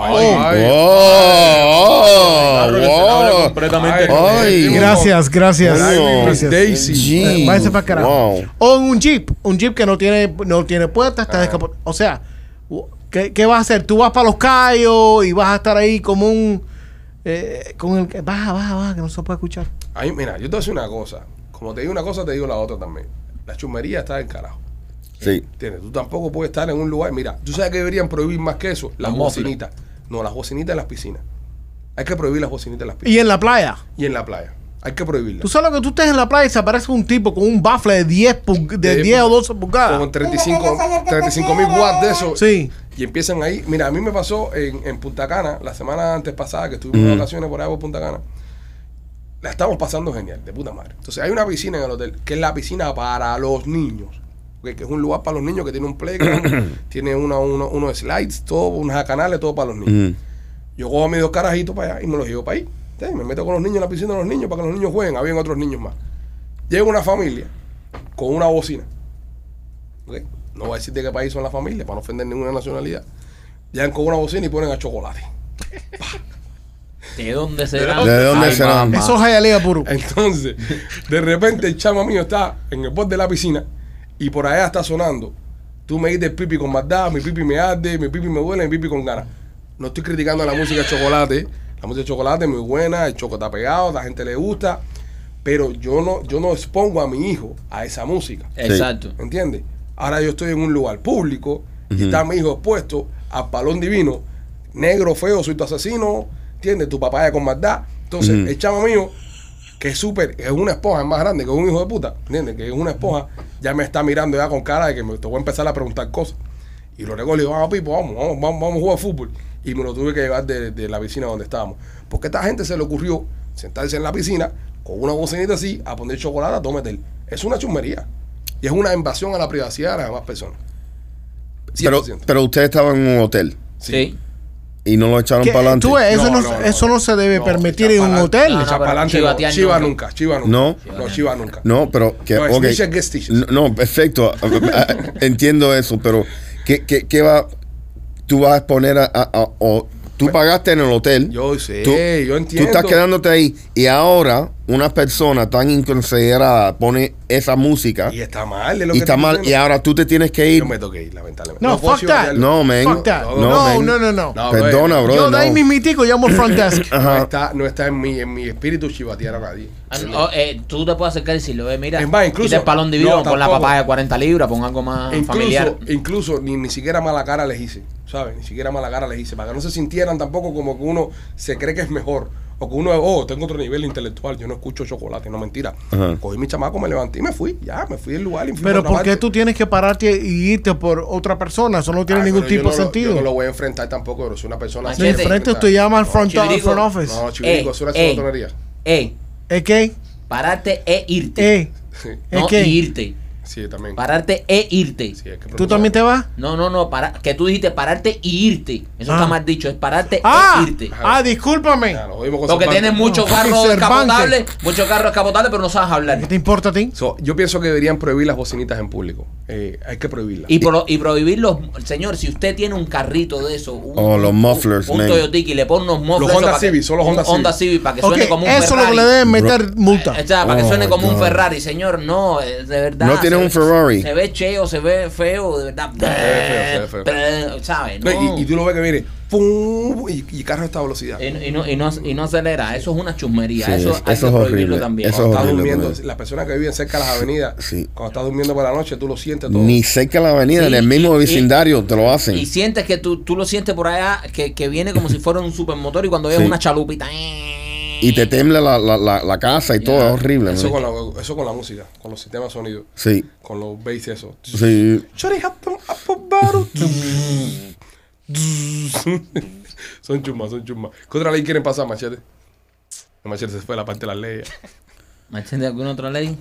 Rolly se abre
¡Oh!
completamente.
Ay.
Gracias, gracias.
Coño.
gracias.
Daisy.
Jeez.
Eh, váyase para carajo.
Wow.
O en un jeep, un jeep que no tiene no tiene puerta, está descapo- O sea, u- ¿qué, qué vas a hacer? Tú vas para los callos y vas a estar ahí como un eh, con el baja, baja, baja, que no se puede escuchar.
Ay, mira, yo te voy a decir una cosa. Como te digo una cosa, te digo la otra también. La chumería está en carajo.
Sí.
¿Entiendes? Tú tampoco puedes estar en un lugar. Mira, tú sabes que deberían prohibir más que eso. Las
Los mofles.
bocinitas. No, las bocinitas en las piscinas. Hay que prohibir las bocinitas en las piscinas.
Y en la playa.
Y en la playa. Hay que
Tú
prohibirlas.
sabes lo que tú estés en la playa y se aparece un tipo con un bafle de 10 pulg- de
De
10 o 12 pulgadas.
Con 35 mil watts de eso.
Sí.
Y empiezan ahí. Mira, a mí me pasó en, en Punta Cana, la semana antes pasada, que estuvimos de vacaciones por ahí por Punta Cana. La estamos pasando genial, de puta madre. Entonces, hay una piscina en el hotel, que es la piscina para los niños. ok, Que es un lugar para los niños que tiene un playground, tiene una, uno, unos slides, todo, unos canales, todo para los niños.
Mm.
Yo cojo a mis dos carajitos para allá y me los llevo para ahí. ¿sí? Me meto con los niños en la piscina de los niños para que los niños jueguen. Habían otros niños más. Llega una familia con una bocina. ¿ok? No voy a decir de qué país son las familias para no ofender ninguna nacionalidad. Llegan con una bocina y ponen a chocolate.
¿De dónde será?
¿De dónde
Ay,
serán?
mamá.
Eso es jalea puro.
Eh, Entonces, de repente el chama mío está en el borde de la piscina y por allá está sonando. Tú me dices pipi con maldad, mi pipi me arde, mi pipi me duele, mi pipi con ganas. No estoy criticando la música de chocolate. La música de chocolate es muy buena, el choco está pegado, la gente le gusta. Pero yo no, yo no expongo a mi hijo a esa música.
Exacto.
¿Entiendes? Ahora yo estoy en un lugar público y está mi hijo expuesto al palón divino. Negro, feo, soy tu asesino. ¿Entiendes? Tu papá es con maldad. Entonces,
Ujú.
el chamo mío, que es súper, es una esponja, es más grande que un hijo de puta. ¿Entiendes? Que es una esponja, ya me está mirando ya con cara de que me, te voy a empezar a preguntar cosas. Y lo recojo y le digo, vamos, Pipo, vamos, vamos, vamos, vamos a jugar fútbol. Y me lo tuve que llevar de, de la piscina donde estábamos. Porque a esta gente se le ocurrió sentarse en la piscina con una bocinita así a poner chocolate a tomar Es una chumería. Y es una invasión a la privacidad de las demás personas.
Pero,
100%.
pero ustedes estaban en un hotel
Sí.
y no lo echaron
Que-
para adelante.
tú ves, eso
No,
no,
no, no.
eso no se debe
No,
permitir
está
en un
para-
hotel.
No, no,
Echa
pero
pa'lante, no,
chivatear
chiva
no.
nunca, chiva nunca.
No.
no chiva nunca.
No, pero que.
No, es
ok.
teacher, guest teacher.
No, no, perfecto. Ah, ah, Entiendo eso, pero ¿qué, qué, qué va? Tú vas a exponer a. a- a- o, tú pagaste en el hotel.
Yo sé,
Tú-
yo entiendo.
Tú estás quedándote ahí y ahora una persona tan inconsiderada pone esa música
Y
y,
está mal, es lo que
está
estoy
mal y
diciendo.
ahora tú te tienes que ir.
Yo me toqué ir, lamentablemente.
No,
puedo
fuck that.
chivatearlo.
No, men.
Fuck that.
No,
No,
men.
no, no, no.
No,
Perdona,
brother.
bro.
Yo de ahí
no.
mis miticos llamo al front desk.
No
Ajá.
está, no está en, mi, en mi espíritu chivatear a nadie.
Ah, no, eh, tú te puedes acercar y decirlo, eh, mira,
Es más, incluso-
quita el palón divino,
no,
pon la
tampoco.
papaya de 40 libras, pon algo más familiar.
Incluso, incluso ni, ni siquiera mala cara les hice, ¿sabes? Ni siquiera mala cara les hice, para que no se sintieran tampoco como que uno se cree que es mejor. O que uno, oh, tengo otro nivel intelectual, yo no escucho chocolate, no mentira.
Ajá.
Cogí mi chamaco, me levanté y me fui, ya, me fui del lugar. y fui
Pero
otra
¿por qué
parte.
tú tienes que pararte y irte por otra persona? Eso no tiene
Ah,
ningún
pero yo
tipo de
no lo-
sentido.
yo no lo voy a enfrentar tampoco, pero soy una persona...
De
Machete.
frente
enfrentar.
tú llamas pues. al front,
Chivirico.
front office.
No, chivirico,
Eh,
eso es
eh.
una sotonería.
Eh,
¿Es qué?
pararte e irte.
Eh,
Sí,
no,
es que-
y irte.
sí, también.
Pararte e irte.
Sí, hay que
¿tú
preocuparse.
también te vas?
No, no, no, para, que tú dijiste pararte y irte. Eso
Ah.
está mal dicho, es pararte
¡Ah!
e irte.
¡Ah, discúlpame!
Ya, nos jodimos con
Porque
Cervantes.
tienes muchos
No.
carros
Cervantes.
escapotables, muchos carros escapotables, pero no sabes
¿Qué
hablar.
te importa a ti?
So, yo pienso que deberían prohibir las bocinitas en público. Eh, hay que prohibirlas.
Y, pro- y prohibir los. Señor, si usted tiene un carrito de eso, un,
Oh, los mufflers,
un,
man.
Toyotiki, le pone unos mufflers.
Honda
para que-
Civic, solo
un
Honda Civic.
Honda Civic para que
Ok,
suene como un
eso es lo que
Ferrari.
le deben meter multa.
Eh, O sea, para que
Oh,
suene como
God.
un Ferrari, señor, no, eh, de verdad.
No tiene tiene un Ferrari.
Se ve cheo, se ve feo, de verdad.
Se ve feo, se ve feo.
Pero, ¿Sabes?
No,
No. Eh,
y, y tú lo ves que viene pum, y, y carro a esta velocidad.
Y no, y, no, y, no, y no acelera, eso es una chusmería.
Sí,
eso,
eso
hay
es
que
horrible,
prohibirlo también.
eso es
Cuando estás
horrible,
durmiendo,
brother.
las personas que viven cerca de las avenidas,
sí.
cuando estás durmiendo por la noche, tú lo sientes todo.
Ni cerca de la avenida,
Sí,
en el mismo
y-
vecindario te lo hacen.
Y sientes que tú, tú lo sientes por allá, que, que viene como si fuera un supermotor y cuando ves
Sí.
una chalupita. eh.
Y te tembla la, la, la, la casa y todo, es horrible.
eso,
man.
con la, eso con la música, con los sistemas de sonido,
Sí,
con los bass, eso.
sí.
son chumas, son chumas. ¿Qué otra ley quieren pasar, Machete? No, Machete se fue a la parte de las leyes.
¿Machete de alguna otra ley?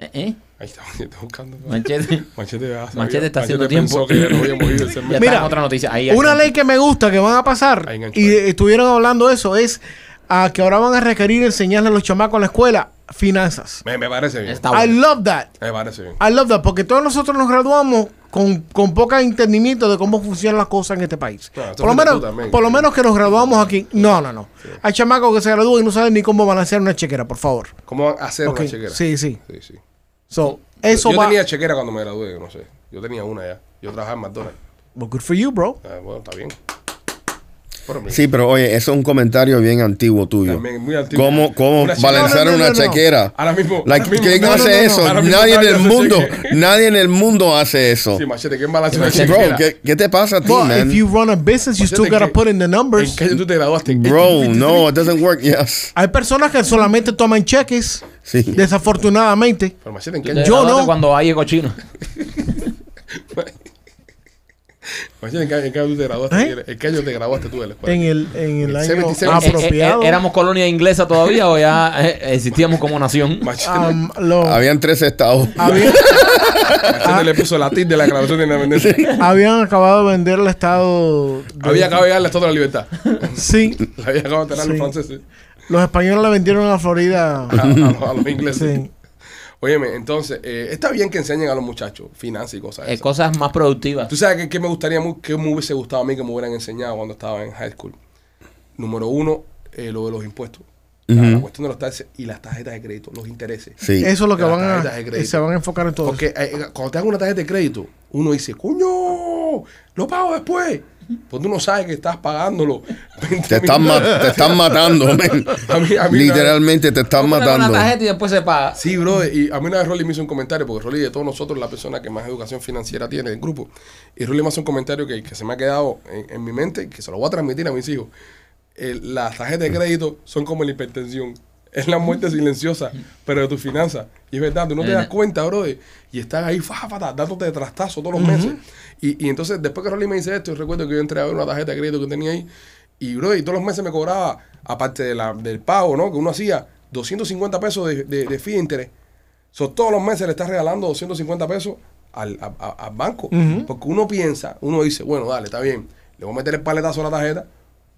¿Eh? ¿Eh?
Ahí está, Machete buscando.
Machete.
Machete, ya sabía.
Machete está haciendo
pensó
tiempo.
que ya no había movido el
Ya
cemento.
Mira,
está en otra noticia. Ahí, ahí.
Una ley que me gusta que van a pasar
Ahí enganchó
y
ahí.
eh, estuvieron hablando eso es a que ahora van a requerir enseñarle a los chamacos en la escuela finanzas.
Me, me parece bien.
Está Ah, bueno.
I love that.
Me parece bien.
I love that porque todos nosotros nos graduamos con, con poco entendimiento de cómo funcionan las cosas en este país.
Claro, esto
por, lo
fuiste
menos,
tú también.
por lo menos que nos graduamos aquí. No, no, no. Hay chamacos que se gradúan y no saben ni cómo balancear una chequera, por favor.
¿Cómo van a hacer
Ok,
una chequera?
Sí, sí.
Sí, sí.
So, eso
yo
va.
tenía chequera cuando me gradué, no sé. Yo tenía una ya. Yo trabajaba en McDonald's.
Well, good for you, bro.
Ah, bueno, está bien. Pero mira,
Sí, pero oye, eso es un comentario bien antiguo tuyo.
También, muy antiguo.
¿Cómo, cómo
Una chequera.
No,
balancear
no, no,
una
no, no.
chequera?
Ahora mismo.
La-
ahora mismo
¿Quién
nadie-
hace
no, no, no,
eso?
ahora mismo
nadie en
nadie
el
hace
mundo,
cheque.
nadie en el mundo hace eso.
Sí, machete, ¿quién balance una
Bro,
chequera?
¿qué, qué te pasa a ti,
But
man?
if you run a business, you
Machete,
still gotta
¿qué-
put in the numbers.
¿En qué año tú te graduaste?
Bro, no, it doesn't work. Yes.
Hay personas que solamente toman cheques,
Sí.
desafortunadamente.
Pero machete, ¿en qué
Tú te
año?
Yo
graduaste
no.
Cuando hay cochino.
Machete, ¿en qué año- en qué año tú te
¿Eh?
graduaste? ¿En qué año te graduaste tú de la escuela?
En el, en el año
77.
apropiado.
Eh, eh, ¿Éramos colonia inglesa todavía o ya eh, existíamos como nación?
Machete,
Um, lo-
Habían tres estados.
había- ah.
machete le puso la tilde de la declaración de independencia.
habían acabado de vender el estado. de-
Había acabado de darle toda la libertad.
Sí,
La había acabado de tener los
Sí.
franceses.
los españoles la vendieron a la Florida.
A, a los, a los ingleses.
Sí.
Óyeme, entonces, eh, está bien que enseñen a los muchachos finanzas y cosas.
Eh,
esas.
cosas más productivas.
Tú sabes que, que me gustaría, mu- que me hubiese gustado a mí que me hubieran enseñado cuando estaba en high school. Número uno, eh, lo de los impuestos. La- La
Ujú.
cuestión de los taxes y las tarjetas de crédito, los intereses.
Sí.
Eso es lo que
Las
van
tarjetas de
a.
crédito.
Se van a enfocar en todo.
Porque eh, eh, cuando te hagan una tarjeta de crédito, uno dice, coño, lo pago después. Pues tú no sabes que estás pagándolo. 20
Te están,
minutos.
ma- te están matando, man.
A mí- a mí una-
Literalmente te están
Compra
matando.
una tarjeta y después se paga.
Sí, bro, y a mí una vez Rolly me hizo un comentario, porque Rolly de todos nosotros es la persona que más educación financiera tiene del grupo. Y Rolly me hace un comentario que, que se me ha quedado en, en mi mente y que se lo voy a transmitir a mis hijos. Eh, las tarjetas de crédito son como la hipertensión. Es la muerte silenciosa, pero de tus finanzas. Y es verdad, tú no te das cuenta, bro, de- y estás ahí, fa, fa, ta, dándote de trastazo todos los meses. Y, y entonces, después que Rolly me dice esto, yo recuerdo que yo entré a ver una tarjeta de crédito que tenía ahí. Y, bro, y todos los meses me cobraba, aparte de la, del pago, ¿no? Que uno hacía 250 pesos de, de, de fee de interés. So, todos los meses le estás regalando 250 pesos al, a- a- al banco. Porque uno piensa, uno dice, bueno, dale, está bien, le voy a meter el paletazo a la tarjeta,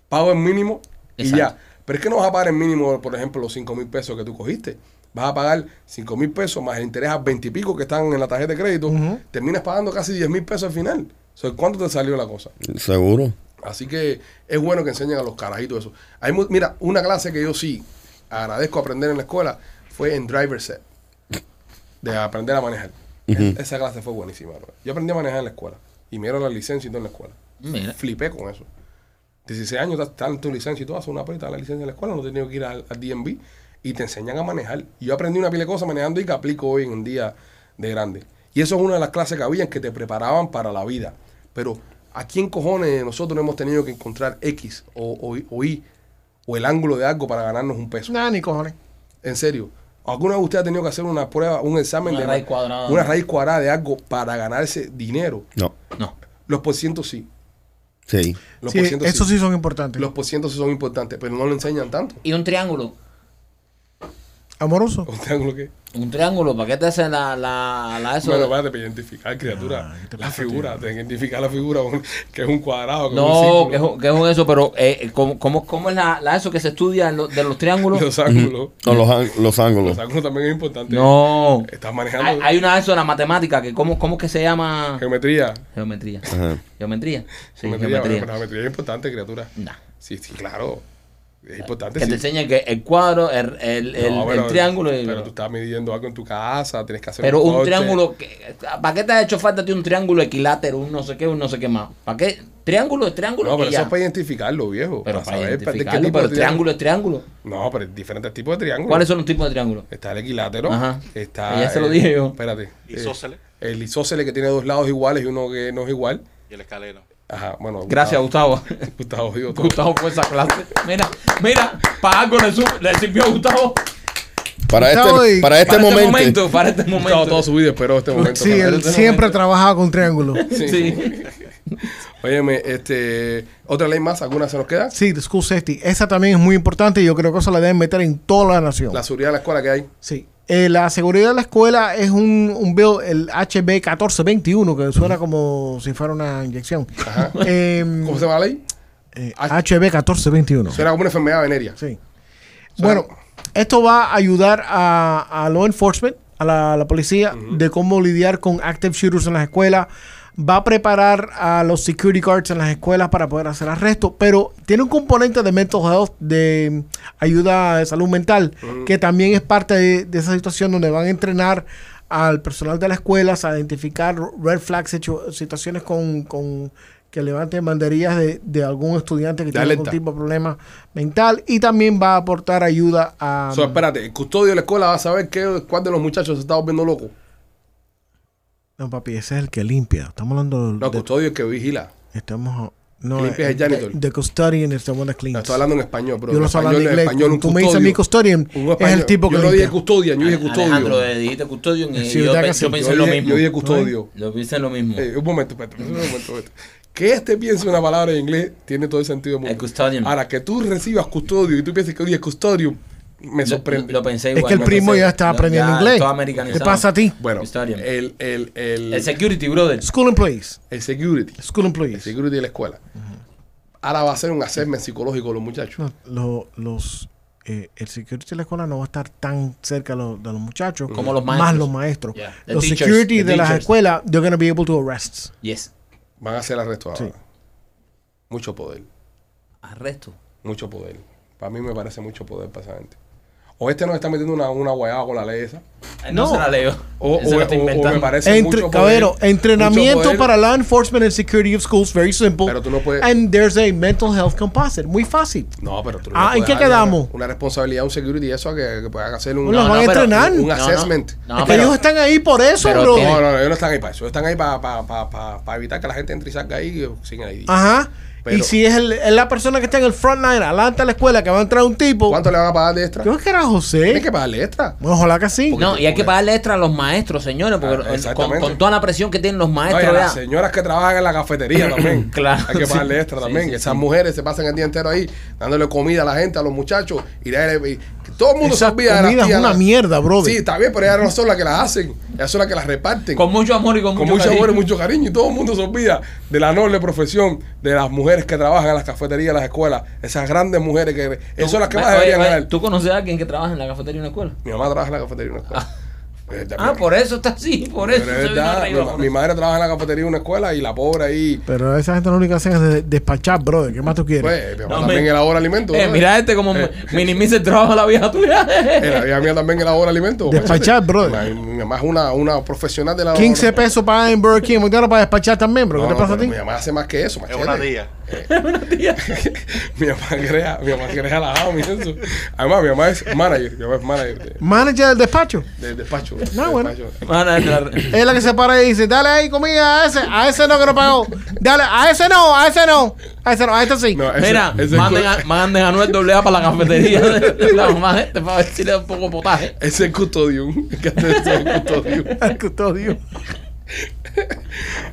pago el mínimo y
Exacto.
ya. Pero es que no vas a pagar el mínimo, por ejemplo, los 5 mil pesos que tú cogiste. Vas a pagar 5 mil pesos más el interés a 20 y pico que están en la tarjeta de crédito. Terminas pagando casi 10 mil pesos al final. So, ¿Cuánto te salió la cosa?
Seguro.
Así que es bueno que enseñen a los carajitos eso. Hay mu- mira, una clase que yo sí agradezco aprender en la escuela fue en driver set. De aprender a manejar. Es- Esa clase fue buenísima. bro. Yo aprendí a manejar en la escuela. Y me dieron la licencia y todo en la escuela.
Mira.
Flipé con eso. 16 años, estás- estás en tu licencia y todo, haces una prueba, te dan la licencia en la escuela, no te tienes que ir al, al DMV y te enseñan a manejar. Y Yo aprendí una pila de cosas manejando y que aplico hoy en un día de grande. Y eso es una de las clases que habían que te preparaban para la vida. Pero, ¿a quién cojones de nosotros no hemos tenido que encontrar X o, o- o Y o el ángulo de algo para ganarnos un peso?
Nah, ni cojones.
En serio. ¿Alguna de ustedes ha tenido que hacer una prueba, un examen
Una
de
raíz cuadrada.
una raíz cuadrada de algo para ganarse dinero?
No.
No.
Los por ciento sí.
Sí.
Los
Sí,
por ciento
esos sí son importantes.
los porcientos son importantes, pero no lo enseñan tanto.
Y un triángulo.
Amoroso.
¿Un triángulo qué?
Un triángulo, ¿para qué te hace la, la, la eso?
Bueno, espérate, para identificar, criatura. la figura, te identificar la figura con- que es un cuadrado. que es
no,
un
que es,
círculo,
un- que es un eso, pero eh, ¿cómo, cómo, cómo es la, la eso que se estudia en lo- de los triángulos?
Los ángulos.
No, los, ang- los ángulos.
Los ángulos también es importante.
No.
Estás manejando
Hay, hay una de eso en la matemática, que cómo, cómo es que se llama...
geometría.
Geometría.
Ajá.
Geometría. Sí,
geometría, bueno, pero
geometría.
La geometría es importante, criatura.
Nah.
Sí, sí, claro. Es importante.
Que te
sí.
enseña que el cuadro, el, el, el-
No,
el triángulo. y-
Pero tú estás midiendo algo en tu casa, tienes que hacer
Pero un
corte.
triángulo, que- ¿para qué te ha hecho falta a ti un triángulo equilátero, un no sé qué, un no sé qué más? ¿Para qué? Triángulo es triángulo.
No, pero
y
eso
ya.
es para identificarlo, viejo.
Pero para
saber, de qué
identificarlo,
tipo
pero
de
triángulo es triángulo.
No, pero hay diferentes tipos de triángulos.
¿Cuáles son los tipos de triángulos?
Está el equilátero.
Ajá.
Está.
Ya se lo
el-
dije yo.
Espérate.
Isósceles.
Eh, El isósceles que tiene dos lados iguales y uno que no es igual.
y el escalero.
Ajá, bueno.
Gracias, Gustavo.
Gustavo, digo todo.
Gustavo fue esa clase. Mira, mira, para algo le, su- le sirvió a Gustavo.
Para
Gustavo,
este,
y-
para este momento.
Para este
Gustavo
momento.
toda su vida esperó este momento.
Sí,
para-
él siempre ha trabajado con triángulo.
Sí.
Óyeme, este. ¿Otra ley más? ¿Alguna se nos queda?
Sí, the school safety. Esa también es muy importante y yo creo que eso la deben meter en toda la nación.
La seguridad de la escuela que hay.
Sí. Eh, la seguridad de la escuela es un, un bill, el HB 1421, que suena como si fuera una inyección.
Ajá.
Em,
¿Cómo se llama la ley?
eh, HB 1421.
Será como una enfermedad veneria.
Sí. Bueno, esto va a ayudar a, a law enforcement, a la, a la policía, de cómo lidiar con active shooters en las escuelas. Va a preparar a los security guards en las escuelas para poder hacer arrestos, pero tiene un componente de mental health, de mm, ayuda de salud mental, que también es parte de, de esa situación donde van a entrenar al personal de las escuelas a identificar red flags, situ- situaciones con, con- que levanten banderías de, de algún estudiante que
De
tiene algún
alerta.
tipo tipo de problema mental y también va a aportar ayuda a...
So, espérate, el custodio de la escuela va a saber qué, cuál de los muchachos se está volviendo loco.
No, papi, ese es el que limpia. Estamos hablando
No, el
de...
custodio es el que vigila.
Estamos... No,
limpia es el janitor.
The, the custodian is the one that cleans.
No, estoy hablando en español, bro.
Yo lo estoy hablando en inglés.
español, un
Tú me dices a mí custodian,
Un
es el tipo que
Yo no
limpia.
dije custodian, yo dije
Alejandro,
custodio.
eh, dijiste custodio y
Sí,
yo,
¿verdad
pe-
que
yo
sí?
pensé
Yo
lo
dije-
mismo.
yo dije custodio.
Yo pensé lo mismo.
Eh, un momento, espérate, un momento, espérate. Que este piense una palabra en inglés tiene todo el sentido del mundo.
El custodian.
Ahora, que tú recibas custodio y tú pienses que oye custodio, me
Lo-
sorprende.
Lo, pensé
es
igual.
que el
lo
primo
pensé-
ya está
lo-
aprendiendo
ya
inglés.
todo americanizado.
¿Qué pasa a ti?
bueno,
Custodian.
el, el, el,
El security, brother.
School employees.
el security.
School
El
employees.
security de la escuela. Ahora va a ser un assessment psicológico a los muchachos.
No, lo- los... eh, el security de la escuela no va a estar tan cerca de los, de los muchachos
Como los
más
maestros.
los maestros.
Yeah. The
Los
teachers,
security
the
de las
teachers.
escuelas, they're going to be able to arrest.
Yes.
Van a hacer arresto ahora.
Sí.
Mucho poder.
Arresto.
Mucho poder. Para mí me parece mucho poder para esa gente. O este nos está metiendo una, una guayaba con la ley esa.
Eh, No,
No.
se la leo.
O,
Ese
o-
lo
o-
está
o me
inventando.
parece
Entre,
mucho poder.
caballero, entrenamiento
mucho poder.
para law enforcement and security of schools, very simple.
Pero tú no puedes-
And there's a mental health composite, muy fácil.
No, pero tú no
Ah,
puedes
¿en qué
darle
quedamos?
Una, una responsabilidad a un security eso a que, que puedan hacer un...
Los
No,
van a
no, pero-
entrenar.
un
no, no.
assessment.
No,
Es que
pero-
ellos están ahí por eso,
pero
bro.
tiene-
No, no, ellos no están ahí para eso. Ellos están ahí para, para, para, para, para evitar que la gente entre y salga ahí eh, sin el ID.
Ajá. y
Pero-
si es, el- es la persona que está en el front line, adelante a la escuela, que va a entrar un tipo.
¿Cuánto le van a pagar de extra?
Yo qué era
Tienen
José.
que pagarle extra.
Bueno, ojalá que sí.
No, y hay que pagarle extra a los maestros, señores,
Ah,
porque con- con,
exactamente.
toda la presión que tienen los
No, y a
maestros
las
ya.
señoras que trabajan en la cafetería también.
Claro,
Hay que
sí.
pagarle extra
Sí,
también.
sí,
Esas mujeres se pasan el día entero ahí dándole comida a la gente, a los muchachos. Y dale- y- todo el mundo
Esa
se olvida de las
comida es
tías,
una
las-
mierda, brother.
Sí, está bien, pero ellas no son las que las hacen. Ellas son las que las reparten.
Con mucho amor y con,
con
mucho,
mucho
cariño.
amor y mucho cariño. Y todo el mundo se olvida de la noble profesión de las mujeres que trabajan en las cafeterías, en las escuelas. Esas grandes mujeres que... Esas son las que
Ve-
más
oye,
deberían
oye,
ganar.
¿Tú conoces a alguien que trabaja en la cafetería de una escuela?
Mi mamá trabaja en la cafetería de una escuela. Eh, de-
Ah, por eso está así, por eso.
Pero
se
es
vino
verdad,
arriba,
mi,
por
mi
eso.
madre trabaja en la cafetería de una escuela y la pobre ahí...
Pero esa gente lo único que hacen es de- despachar, brother. ¿Qué más tú quieres?
Pues, mi mamá
No,
también
me-
elabora alimentos.
Eh,
¿no?
mira este como
Eh.
minimiza el trabajo de la vieja tuya.
Eh, la vida mía también elabora alimentos.
Despachar,
machete.
brother.
Mi, mi mamá es una, una profesional de la
15 pesos pagan en Burger King, McDonald's para despachar también, bro.
No,
¿Qué
no,
te pasa a
pero
ti?
Mi mamá hace más que eso.
Es
machete.
una tía.
mi mamá crea, mi mamá crea la AMI. Eso. Además, mi mamá es manager. Mi mamá es manager de-
Manager del despacho.
del despacho.
No,
del
bueno.
despacho.
Mana, la-
Es la que se para y dice, dale ahí comida a ese, a ese no que no pagó. Dale, a ese no, a ese no, a ese no, a este sí.
No, ese-
Mira,
ese
manden
cu-
a, manden a Noel doble A para la cafetería de la mamá gente para ver si le da un poco de potaje.
ese es custodium. Que antes de ser custodium.
Al custodio.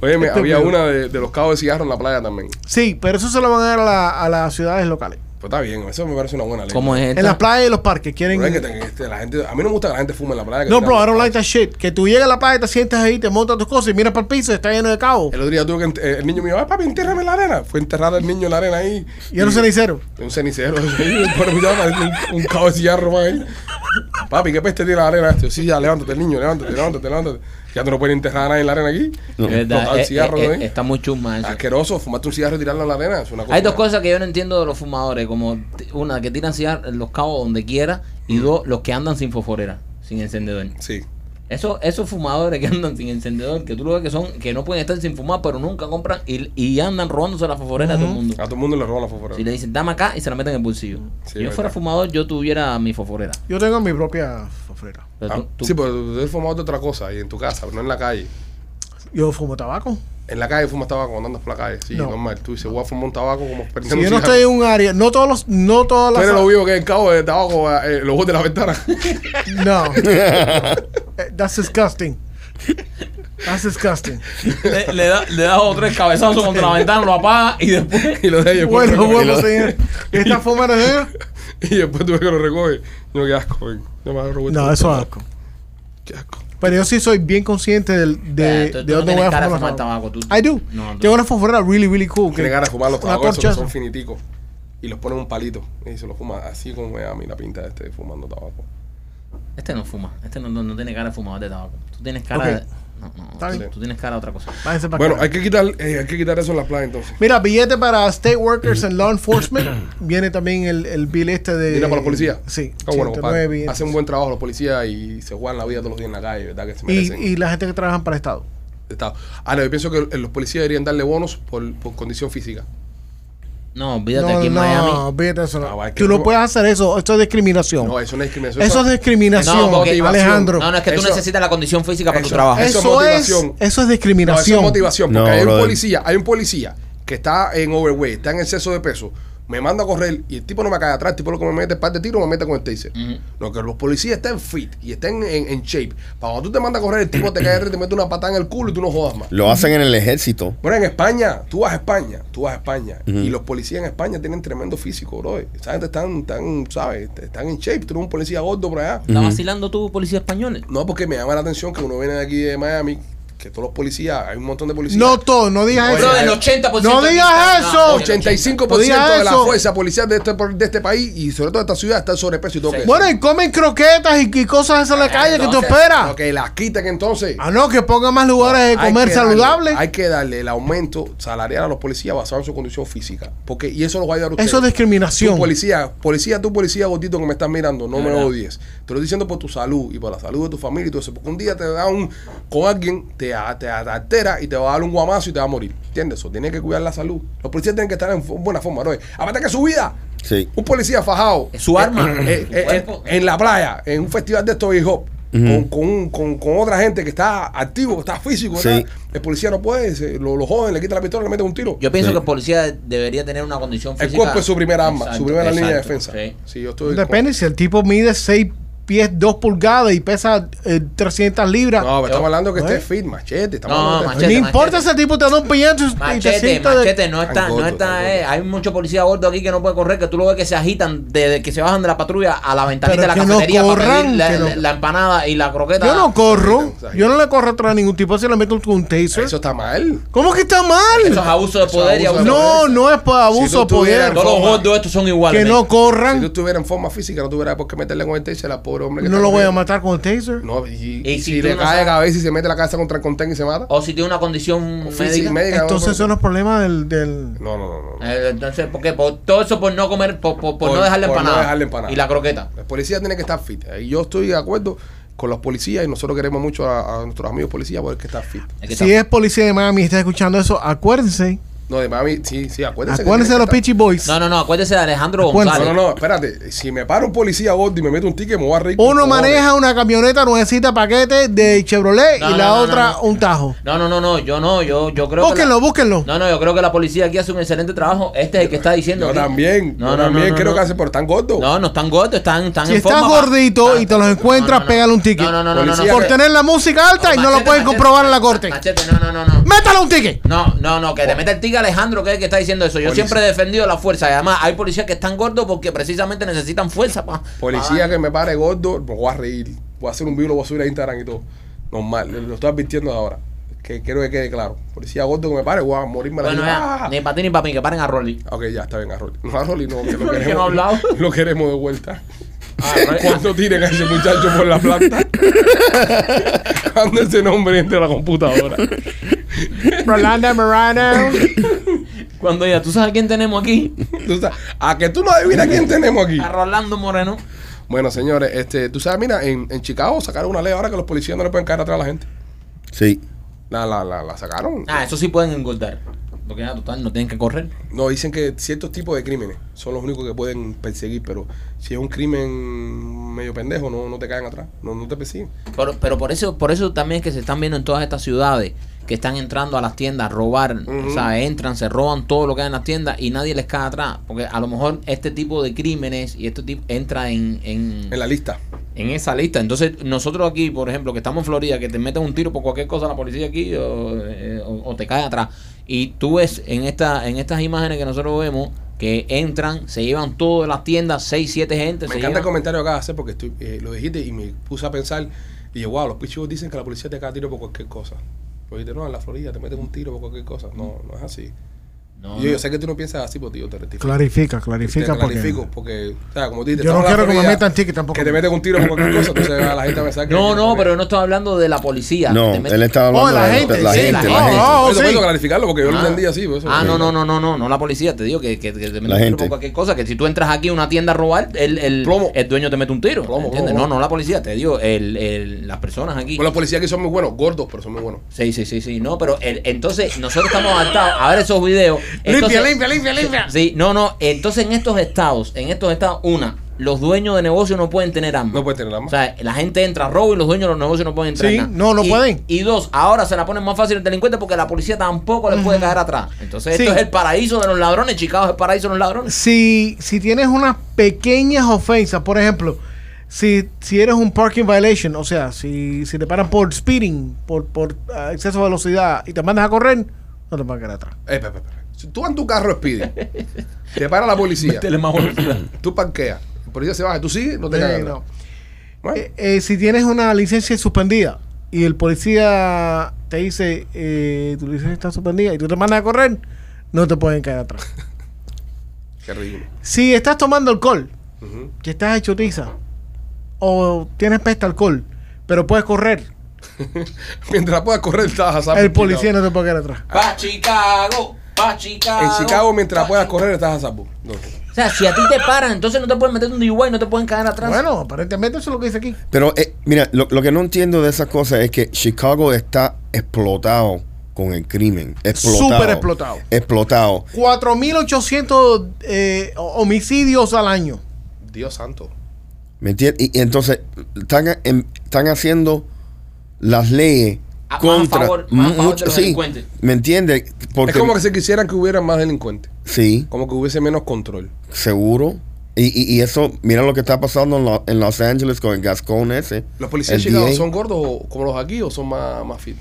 Oye, me- había
peor.
una de, de los cabos de cigarro en la playa también.
Sí, pero eso se lo van a dar a, la- a las ciudades locales.
Pues está bien, eso me parece una buena ley.
¿Cómo es
En las
esta?
playas y los parques quieren...
Pero es que te- este, la gente, a mí no me gusta que la gente fume en la playa. que
No,
tenga-
bro, I don't like that shit. Que tú llegas a la playa, te sientas ahí, te montas tus cosas y miras para el piso y está lleno de cabo.
El otro día tuve que ent- eh, el niño me dijo, "Ay, papi, entiérrame en la arena. Fue enterrar al niño en la arena ahí.
Y yo no sé ni cero.
Un cenicero. Por mi llama, un, un cabo de cigarro más ahí. Papi, ¿qué peste tiene la arena? Yo, sí, ya, levántate, niño, levántate, levántate, levántate. Ya tú no puedes enterrar a nadie en la arena aquí.
No.
Es verdad,
Total,
eh,
cigarro,
eh,
¿no?
eh, está muy chusma eso.
Asqueroso, fumarte un cigarro y tirarlo en la arena. Es una cosa.
Hay dos cosas que yo no entiendo de los fumadores, como t- una, que tiran cigar- los cabos donde quiera. Y dos, los que andan sin fosforera, sin encendedor.
Sí.
Esos, esos fumadores que andan sin encendedor, que tú lo ves que son, que no pueden estar sin fumar, pero nunca compran y, y andan robándose la fosforera a todo el mundo.
A todo el mundo le roban la fósforo.
Si le dicen, dame acá y se la meten en el bolsillo.
Sí,
si yo
verdad.
fuera fumador, yo tuviera mi fosforera.
Yo tengo mi propia fofrera.
Pero
Ah,
tú- tú-
Sí, pero tú has fumado de otra cosa y en tu casa, pero no en la calle.
Yo fumo tabaco.
En la calle fumas tabaco cuando andas por la calle. Sí,
No.
normal. Tú dices, voy a fumar un tabaco como perdiendo
Si yo
un
no
cigarro.
estoy en un área, no todos los, no todas
Tú
las.
eres lo vivo que es el cabo de tabaco, eh, los ojos de la ventana.
No. Eh, That's disgusting. That's disgusting.
le, le da, le da otro cabezazo contra la ventana, lo apaga y después.
y lo de ellos.
Bueno, bueno,
lo-
señor. ¿Esta fumara de
Y después tú ves que lo recoges. No, qué asco, ven. No, me hagas revuelto.
No, eso es asco.
Qué asco.
Pero yo sí soy bien consciente del, de,
Eh, tú- tú
de
no
dónde
tienes
voy a
cara
fumar.
de
los
fumar
tabacos.
tabaco, tú-
I do.
No, tú-
Tengo una fofrera really, really cool.
Tiene ganas de fumar los
una
tabacos esos que
corchaza.
son finiticos. Y los ponen en un palito. Y se los fuma así como me da a mí la pinta de este fumando tabaco.
Este no fuma, este no, no- no tiene cara de fumador de tabaco. Tú tienes cara
Ok.
de. No, no,
Está
tú,
bien.
tú tienes cara de otra cosa.
Váyanse para
Bueno,
acá.
hay que quitar, eh, hay que quitar eso en la playa entonces.
Mira, billete para state workers
Mm.
and law enforcement. Viene también el, el bill este de.
Mira para la policía.
Sí.
Ah, bueno,
109
compadre.
billetes.
Hacen un buen trabajo los policías y se juegan la vida todos los días en la calle, ¿verdad? Que se
y,
merecen.
y la gente que trabaja para el Estado.
Estado. Ahora, yo pienso que eh, los policías deberían darle bonos por, por condición física.
No, olvídate aquí en
no,
Miami.
olvídate eso. no.
Ah, va, es que
Tú no
no-
puedes hacer eso. Esto es discriminación.
No, eso no es discriminación.
eso es discriminación,
No, porque-
Alejandro.
No, no, es que
Eso-
tú necesitas la condición física para tu
eso-
trabajo.
es
eso, eh, es,
motivación.
eso es
No, eso
discriminación.
es motivación. Porque
No,
hay un
brother.
policía, hay un policía que está en overweight, está en exceso de peso. Me manda a correr y el tipo no me cae atrás. El tipo lo que me mete es par de tiro me mete con el taser.
Ujú.
No, que los policías estén fit y estén en, en shape. Para cuando tú te mandas a correr, el tipo te cae atrás, te mete una patada en el culo y tú no jodas más.
Lo hacen en el ejército.
Bueno, en España, tú vas a España, tú vas a España. Y los policías en España tienen tremendo físico, bro. Esa gente están, tan, ¿sabes? Este, Están en shape. Tú eres un policía gordo por allá.
¿Estás vacilando tú, policías españoles?
No, porque me llama la atención que uno viene de aquí de Miami, que todos los policías, hay un montón de policías.
No todo, no digas
Oye,
eso.
Bro,
del
el
80%.
¡No digas eso!
"Ah, No, del
85%
Oiga
de la
eso.
fuerza policial de este, de este país y sobre todo de esta ciudad está en sobrepeso y todo.
Sí.
que eso.
Bueno, y comen croquetas y, y cosas esas en la calle que tú
entonces,
esperas.
Pero que las quiten entonces.
Ah, no, que pongan más lugares de
Hay
comer
que darle-
saludable.
hay que darle el aumento salarial a los policías basado en su condición física. Porque, y eso los va a ayudar a ustedes.
Eso es discriminación.
Tú, policía, policía, tú, policía gordito que me estás mirando, no me
verdad.
odies. Te lo estoy diciendo por tu salud y por la salud de tu familia y todo eso. Porque un día te da un. con alguien, te, a- te a- te altera y te va a dar un guamazo y te va a morir. ¿Entiendes eso? Tienes que cuidar la salud. Los policías tienen que estar en fo- buena forma, ¿no? Aparte que su vida.
Sí.
Un policía fajado.
Es su arma,
eh, eh,
su
eh,
cuerpo.
en, la playa, en un festival de esto hip hop. Con, con un- con- con otra gente que está activo, está físico, ¿verdad?
Sí.
el policía no puede, se- lo, lo joden, le quita la pistola, le meten un tiro.
Yo pienso
Sí.
que el policía debería tener una condición
el
física.
cuerpo es su primer arma,
Exacto,
su primera línea de
exacto,
defensa.
sí.
Sí, yo estoy
Depende, si el tipo mide 6 pies 2 pulgadas y pesa eh, 300 libras.
No, pero
Yo-
estamos hablando que
¿Eh?
esté fit, machete. Estamos
No,
hablando de-
no
machete,
importa
machete.
si el tipo te da un piñazo y te
Machete,
sienta de-
machete, no está,
Tan gordo,
no
tan gordo.
está, eh. hay muchos policías gordos aquí que no pueden correr, que tú lo ves que se agitan desde que se bajan de la patrulla a la ventanita
Pero
de la
que no
cafetería para
corran,
pedir la,
que no-
la- la empanada y la croqueta.
Yo no corro.
Exagero.
Yo no le corro atrás a ningún tipo si le meto un taser.
Eso está mal.
¿Cómo que está
Eso es
mal?
abuso de
Eso es
poder y
abuso
abuso
de
de
poder.
No, no es para
Si
abuso
tú
de poder.
tuvieras-
Todos los gordos estos son iguales.
Que
men.
no
Si tú
corran.
estuvieras en forma física, no tuvieras por qué meterle con el taser al pobre hombre que
No
está
lo voy a
corriendo.
matar con el taser.
No, y,
Y
y
si
si,
tú
le
no
cae
sabes-
de cabeza y se mete la cabeza contra el contén y se mata.
O si tiene una condición
Física,
médica.
médica,
Entonces
no,
son los problemas del... del-
no, no, no, no.
Eh, Entonces, ¿por qué? Por todo eso por no comer, por, por- por
Por-
no dejarle
por no
empanada.
dejarle empanada.
Y la croqueta.
La policía tiene que estar fit. Y yo estoy de acuerdo con los policías y nosotros queremos mucho a, a nuestros amigos policías porque que estar fit.
Aquí está.
Si es policía de Miami y está escuchando eso, acuérdense.
No, de mami, sí, sí, acuérdense. que
Acuérdense de los
tienen que
Peachy Boys.
No, no, no, acuérdese de Alejandro
Acuérdense.
estar-
González.
No, no, no, espérate. Si me para un policía gordo y me mete un ticket, me voy a reír. con
Uno
cojones.
maneja una camioneta nuevecita paquete de Chevrolet
No,
y la
no, no,
otra
no, no.
un tajo.
No, no, no, no, yo no, yo, yo creo
Búsquenlo,
que. la-
búsquenlo.
No, no, yo creo que la policía aquí hace un excelente trabajo. Este es el que está diciendo.
Yo
aquí.
también.
No,
yo
no,
también
no, no,
creo
no.
que hace, pero tan gordo.
No, no están gordos, están, están
Si
en
estás
forma, pa-
gordito y te los encuentras, pégale un ticket.
No, no, no, no, no, no.
Policía
Por
que-
tener la música alta y no lo
Machete,
pueden
machete,
comprobar en la corte.
Machete, no, no, no, no.
¡Métale un ticket!
No, no, no, que te meta el tigre Alejandro, que es el que está diciendo eso. Yo
Policía.
siempre he defendido la fuerza. Y además, hay policías que están gordos porque precisamente necesitan fuerza para.
Ah.
Policía que me pare gordo, me voy a reír. Voy a hacer un video, lo voy a subir a Instagram y todo. Normal, lo- lo estoy advirtiendo ahora. Que quiero que quede claro. Policía gordo que me pare, voy a morirme la
Bueno,
vida.
ya,
¡Ah!
ni para ti ni para mí, que paren a Rolly.
Ok, ya está bien, a Rolly. No, a Rolly no, que lo
Porque no ha
queremos,
hablado.
lo queremos de vuelta.
Ah, Rolly.
Cuando tiren a ese muchacho por la planta. Cuando ese nombre entre a la computadora.
Rolanda Morano.
Cuando ya, ¿tú sabes quién tenemos aquí?
Tú sabes, a que tú no adivinas quién tenemos aquí.
A Rolando Moreno.
Bueno, señores, este, tú sabes, mira, en, en Chicago sacaron una ley ahora que los policías no le pueden caer atrás a la gente.
Sí.
La, la, la, la sacaron.
Ah, eso sí pueden engordar. Porque ya, total, no tienen que correr.
No, dicen que ciertos tipos de crímenes son los únicos que pueden perseguir, pero si es un crimen medio pendejo, no, no te caen atrás, no, no te persiguen.
Pero, pero por eso por eso también es que se están viendo en todas estas ciudades que están entrando a las tiendas a robar. O sea, entran, se roban todo lo que hay en las tiendas y nadie les cae atrás. Porque a lo mejor este tipo de crímenes y este tipo entra en, en,
En la lista.
en esa lista. Entonces, nosotros aquí, por ejemplo, que estamos en Florida, que te meten un tiro por cualquier cosa la policía aquí o, eh, o- o te cae atrás. Y tú ves en, esta, en estas imágenes que nosotros vemos que entran, se llevan todo de las tiendas, 6, 7 gente.
Me
se
encanta el
llevan-
comentario que acabas de hacer porque estoy- eh, lo dijiste y me puse a pensar. Y yo, wow, los pichos dicen que la policía te cae a tiro por cualquier cosa. Pero dijiste, no, en la Florida te meten un tiro por cualquier cosa. No, no es así.
Mm. No,
Y yo, yo sé que tú no piensas así, pero tío, te rectifico.
Clarifica,
Te
clarifica. porque-
clarifico, porque, o sea, como tú dices,
Yo no
estamos en la
quiero que me
Florida,
metan ticket tampoco.
Que te meten un tiro por cualquier cosa, entonces a la gente va a pensar que.
No, no, pero no estoy hablando de la policía.
No,
Te met-
él estaba hablando
Oh, la
de
gente,
la
sí,
gente,
la
la gente.
gente.
Oh,
Por eso
sí.
puedo clarificarlo porque yo lo entendí así. por eso.
Ah, no, no, no, no, no, no la policía, te digo que, que, que te meten
La
un tiro
gente.
por cualquier cosa, que si tú entras aquí a una tienda a robar, el, el,
Plomo.
el dueño te mete un tiro.
Plomo,
¿entiendes?
plomo,
No,
plomo.
no la policía, te digo, el, el- las personas
Bueno,
aquí.
Pues los policías aquí son muy buenos, gordos, pero son muy buenos.
Sí, sí, sí, sí, no, pero el- entonces nosotros estamos adaptados a ver esos videos. Entonces-
limpia, limpia, limpia.
Sí, no, no, entonces en estos estados, en estos estados, una, los dueños de negocios no pueden tener armas.
No pueden tener
O
armas.
sea, la gente entra a robo y los dueños de los negocios no pueden entrar.
Sí,
nada.
no, no
Y-
pueden.
Y dos, ahora se la ponen más fácil el delincuente porque la policía tampoco les puede caer atrás. Entonces,
Sí.
esto es el paraíso de los ladrones. Chicago es el paraíso de los ladrones.
Si, si tienes unas pequeñas ofensas, por ejemplo, si, si eres un parking violation, o sea, si, si te paran por speeding, por, por ah, exceso de velocidad y te mandas a correr, no te van a quedar atrás.
Eh, espera, espera, espera. Si tú vas en tu carro Speedy, te para la policía, tú parqueas, el policía se baja, tú sigues, no te
Eh,
cagas.
no.
Bueno,
Eh, eh, si tienes una licencia suspendida y el policía te dice eh, tu licencia está suspendida y tú te mandas a correr, no te pueden caer atrás.
qué ridículo.
Si estás tomando alcohol,
Ujú.
que estás hecho tiza, o tienes peste alcohol, pero puedes correr,
Mientras puedas correr, estás asado.
el policía no te puede quedar atrás.
Pa' Chicago, pa' Chicago.
En Chicago, mientras puedas correr, estás a salvo. No.
O sea, si a ti te paran, entonces no te pueden meter un DUI, no te pueden caer atrás.
Bueno, aparentemente eso es lo que dice aquí.
Pero eh, mira, lo, lo que no entiendo de esas cosas es que Chicago está explotado con el crimen. Explotado.
Súper explotado.
Explotado.
4.800 eh, homicidios al año.
Dios santo.
¿Me entiendes? Y, y entonces están, ha- em- están haciendo las leyes
A- más a
contra
favor- más a favor de
mucho-
los
sí,
delincuentes.
¿Me entiendes? Porque
es como que se quisieran que hubieran más delincuentes,
sí,
como que hubiese menos control.
seguro. Y, y- y eso, mira lo que está pasando en, Lo- en Los Ángeles con el Gascón ese.
¿Los policías
el
llegados
DA.
son gordos o- como los aquí o son más, más fit?